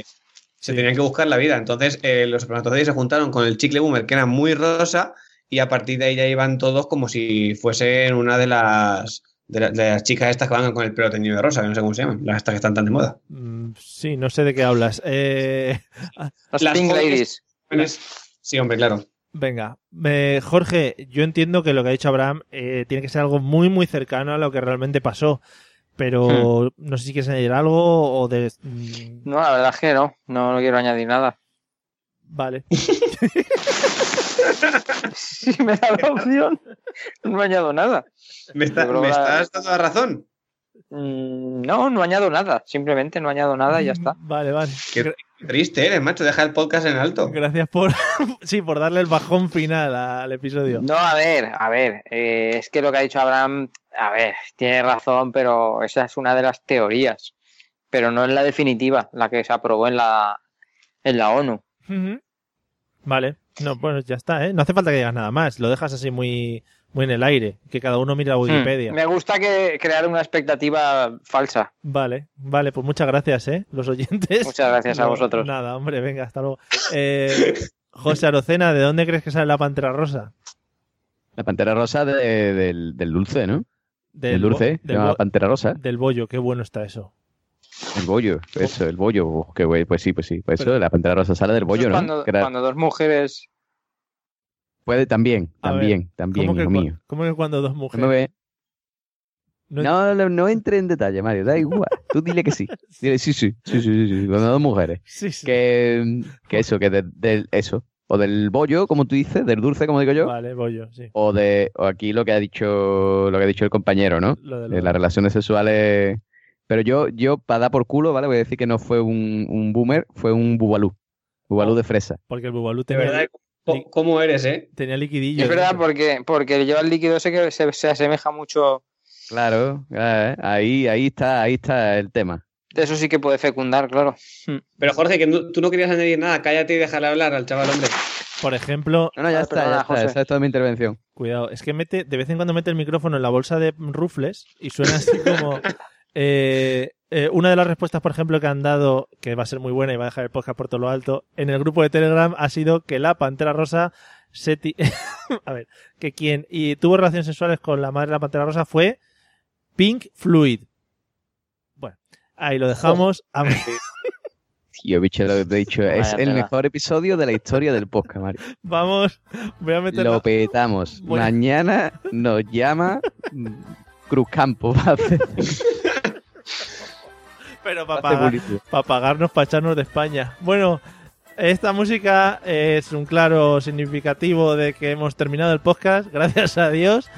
Speaker 2: Se tenían que buscar la vida. Entonces, eh, los espermatozoides se juntaron con el chicle boomer, que era muy rosa, y a partir de ahí ya iban todos como si fuesen una de las, de, la- de las chicas estas que van con el pelo teñido de rosa, que no sé cómo se llaman, las estas que están tan de moda.
Speaker 1: Mm, Sí, no sé de qué hablas. Eh,
Speaker 2: jóvenes- jóvenes- Sí, hombre, claro.
Speaker 1: Venga, eh, Jorge, yo entiendo que lo que ha dicho Abraham eh, tiene que ser algo muy, muy cercano a lo que realmente pasó.
Speaker 3: Hmm.
Speaker 1: Pero no sé si quieres añadir algo o de... mm,
Speaker 3: No, la verdad es que no, no, no quiero añadir nada.
Speaker 1: Vale.
Speaker 3: Si me da la opción, no añado nada.
Speaker 2: ¿Me, está- me estás dando la razón?
Speaker 3: Mm, No, no añado nada, simplemente no añado nada
Speaker 1: Mm.
Speaker 3: y ya está.
Speaker 1: Vale, vale.
Speaker 2: Qué triste eres, macho. Deja el podcast en alto.
Speaker 1: Gracias por... sí, por darle el bajón final al episodio.
Speaker 3: No, a ver, a ver, eh, es que lo que ha dicho Abraham, a ver, tiene razón, pero esa es una de las teorías, pero no es la definitiva, la que se aprobó en la, en la ONU.
Speaker 1: Ujú. Vale. No, pues ya está, ¿eh? No hace falta que digas nada más. Lo dejas así muy, muy en el aire. Que cada uno
Speaker 3: Hmm.
Speaker 1: mire la Wikipedia.
Speaker 3: Me gusta que crear una expectativa falsa.
Speaker 1: Vale, vale, pues muchas gracias, ¿eh? Los oyentes.
Speaker 3: Muchas gracias a
Speaker 1: No,
Speaker 3: vosotros.
Speaker 1: Nada, hombre, venga, hasta luego. Eh, José Arocena, ¿de dónde crees que sale la pantera rosa?
Speaker 5: La pantera rosa de- del, del dulce, ¿no?
Speaker 1: Del
Speaker 5: Del, dulce,
Speaker 1: bo-
Speaker 5: se
Speaker 1: del
Speaker 5: llama
Speaker 1: bo-
Speaker 5: pantera rosa.
Speaker 1: Del bollo, qué bueno está eso.
Speaker 5: El bollo, eso, el bollo. oh, qué güey, pues sí, pues sí. Pues eso, la pantera rosa sale del bollo, ¿no?
Speaker 3: Cuando,
Speaker 5: Que era-
Speaker 3: cuando dos mujeres.
Speaker 5: Puede también,
Speaker 1: A ver,
Speaker 5: también, también,
Speaker 1: ¿Cómo que,
Speaker 5: hijo
Speaker 1: cua-
Speaker 5: mío.
Speaker 1: cómo que cuando dos
Speaker 5: No, me
Speaker 1: mujeres?
Speaker 5: ve- no, no, no entre en detalle, Mario, da igual. Tú dile que sí. Dile, sí, sí, sí, sí, sí, sí, cuando dos mujeres.
Speaker 1: Sí, sí.
Speaker 5: Que, mm, que eso, que de- del eso. O del bollo, como tú dices, del dulce, como digo yo.
Speaker 1: Vale, bollo, sí.
Speaker 5: O de o aquí lo que ha dicho lo que ha dicho el compañero, ¿no?
Speaker 1: Lo de
Speaker 5: Eh,
Speaker 1: lo-
Speaker 5: las relaciones sexuales. Pero yo, yo para dar por culo, ¿vale? Voy a decir que no fue un, un boomer, fue un bubalú. Bubalú de fresa.
Speaker 1: Porque el bubalú
Speaker 2: De
Speaker 1: tenía,
Speaker 2: verdad, ¿cómo- ¿cómo eres, eh?
Speaker 1: tenía liquidillo.
Speaker 3: Es verdad,
Speaker 1: ¿no?
Speaker 3: porque, porque lleva el líquido ese que se, se asemeja mucho.
Speaker 5: Claro, eh, ahí, ahí está, ahí está el tema.
Speaker 3: Eso sí que puede fecundar, claro.
Speaker 2: Pero Jorge, que no- tú no querías añadir nada, cállate y déjale hablar al chaval, hombre.
Speaker 1: Por ejemplo,
Speaker 5: No, no, ya
Speaker 3: Ah,
Speaker 5: está,
Speaker 3: perdona,
Speaker 5: ya está.
Speaker 3: José.
Speaker 5: Esa es toda mi intervención.
Speaker 1: Cuidado, es que mete, de vez en cuando mete el micrófono en la bolsa de rufles y suena así como. eh, eh, una de las respuestas, por ejemplo, que han dado, que va a ser muy buena y va a dejar el podcast por todo lo alto, en el grupo de Telegram ha sido que la pantera rosa se. ti- a ver, que quien y tuvo relaciones sexuales con la madre de la pantera rosa fue Pink Fluid. Bueno, ahí lo dejamos. A ver,
Speaker 5: Tío, bicho, lo que te he dicho. es
Speaker 3: Vaya
Speaker 5: el
Speaker 3: tela.
Speaker 5: mejor episodio de la historia del podcast, Mario.
Speaker 1: vamos, voy a meter.
Speaker 5: Lo petamos.
Speaker 1: Voy a-
Speaker 5: Mañana nos llama mm, Cruzcampo para hacer
Speaker 1: Pero
Speaker 5: hace
Speaker 1: para pagar,
Speaker 5: publicidad.
Speaker 1: para pagarnos, para echarnos de España. Bueno, esta música es un claro significativo de que hemos terminado el podcast, gracias a Dios.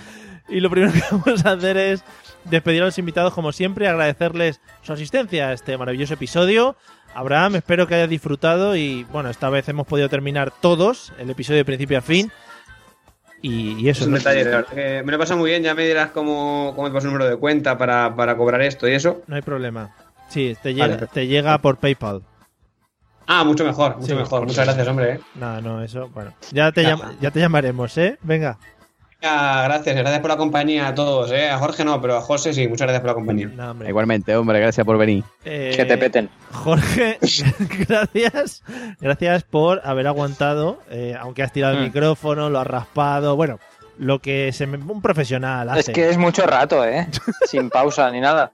Speaker 1: Y lo primero que vamos a hacer es despedir a los invitados, como siempre, agradecerles su asistencia a este maravilloso episodio. Abraham, espero que hayas disfrutado y bueno, esta vez hemos podido terminar todos el episodio de principio a fin. Y, y eso
Speaker 2: Es un
Speaker 1: ¿no?
Speaker 2: detalle, de verdad. que me lo he pasado muy bien, ya me dirás cómo, cómo te paso el número de cuenta para, para cobrar esto y eso.
Speaker 1: No hay problema. Sí, te
Speaker 2: Vale,
Speaker 1: llega, te llega por PayPal.
Speaker 2: Ah, mucho mejor, mucho
Speaker 1: Sí,
Speaker 2: mejor.
Speaker 1: por
Speaker 2: Muchas
Speaker 1: supuesto.
Speaker 2: gracias, hombre. eh.
Speaker 1: Nada, no, eso, bueno. Ya te, llam- ya te llamaremos, ¿eh? Venga.
Speaker 2: Ah, gracias, gracias por la compañía a todos, eh. A Jorge no, pero a José sí, muchas gracias por la compañía.
Speaker 1: Nada, hombre.
Speaker 5: Igualmente, hombre, gracias por venir.
Speaker 1: Eh,
Speaker 3: Que te peten.
Speaker 1: Jorge, gracias. Gracias por haber aguantado, eh, aunque has tirado el
Speaker 3: Mm.
Speaker 1: micrófono, lo has raspado, bueno, lo que se me- un profesional hace.
Speaker 3: Es que es mucho rato, ¿eh? Sin pausa ni nada.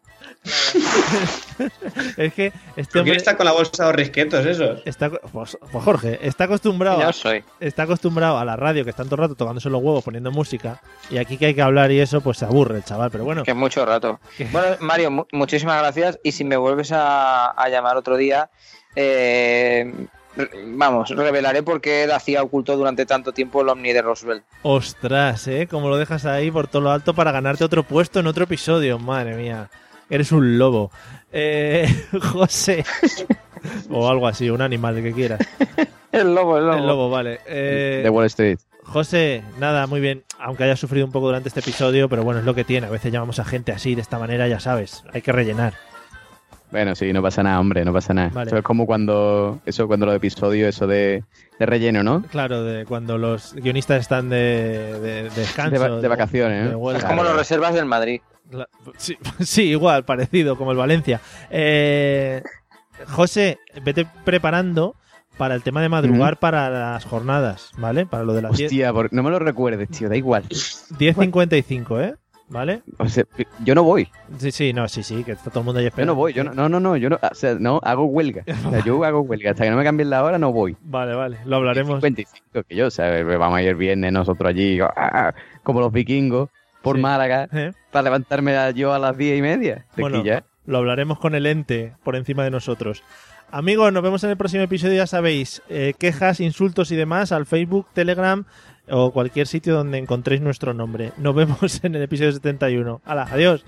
Speaker 1: Es que este
Speaker 2: ¿Por qué
Speaker 1: hombre
Speaker 2: está con la bolsa de los risquetos esos?
Speaker 1: está co- pues, pues Jorge está acostumbrado,
Speaker 3: Yo
Speaker 1: a-
Speaker 3: soy.
Speaker 1: está acostumbrado a la radio que está todo el rato tocándose los huevos, poniendo música y aquí que hay que hablar y eso pues se aburre el chaval, pero bueno,
Speaker 3: Que es mucho rato. Bueno, Mario, mu- muchísimas gracias. Y si me vuelves a, a llamar otro día, eh, re- vamos, revelaré por qué hacía oculto durante tanto tiempo el Omni de Roosevelt.
Speaker 1: ostras, eh, como lo dejas ahí por todo lo alto para ganarte otro puesto en otro episodio, madre mía. Eres un lobo. Eh, José. o algo así, un animal, el que quieras.
Speaker 3: El lobo, el lobo.
Speaker 1: El lobo, vale. Eh,
Speaker 5: De Wall Street.
Speaker 1: José, nada, muy bien. Aunque haya sufrido un poco durante este episodio, pero bueno, es lo que tiene. A veces llamamos a gente así, de esta manera, ya sabes. Hay que rellenar.
Speaker 5: Bueno, sí, no pasa nada, hombre, no pasa nada.
Speaker 1: Vale.
Speaker 5: Eso es como cuando, eso cuando los episodios, eso de, de relleno, ¿no?
Speaker 1: Claro, de cuando los guionistas están de, de- de descanso.
Speaker 5: De va- de vacaciones, ¿eh?
Speaker 1: de huelga.
Speaker 3: Es como las reservas del Madrid.
Speaker 1: La- sí, sí, igual, parecido, como el Valencia. Eh, José, vete preparando para el tema de madrugar para las jornadas, ¿vale? Para lo de las 10
Speaker 5: Hostia, por- no me lo recuerdes, tío, da igual.
Speaker 1: 10.55, ¿eh? ¿Vale?
Speaker 5: O sea, yo no voy.
Speaker 1: Sí, sí, no, sí, sí, que está todo el mundo ahí
Speaker 5: Yo
Speaker 1: esperando.
Speaker 5: no voy, yo no, no, no, no, yo no, o sea, no, hago huelga. O sea, yo hago huelga, hasta que no me cambien la hora no voy.
Speaker 1: Vale, vale, lo hablaremos.
Speaker 5: 55, que yo, o sea, vamos a ir el viernes nosotros allí, ah, como los vikingos, por Málaga,
Speaker 1: ¿Eh?
Speaker 5: para levantarme a- yo a las diez y media. Te
Speaker 1: Bueno,
Speaker 5: quilla, ¿eh?
Speaker 1: lo hablaremos con el ente por encima de nosotros. Amigos, nos vemos en el próximo episodio, ya sabéis, eh, quejas, insultos y demás al Facebook, Telegram o cualquier sitio donde encontréis nuestro nombre. Nos vemos en el episodio 71. Hala, adiós.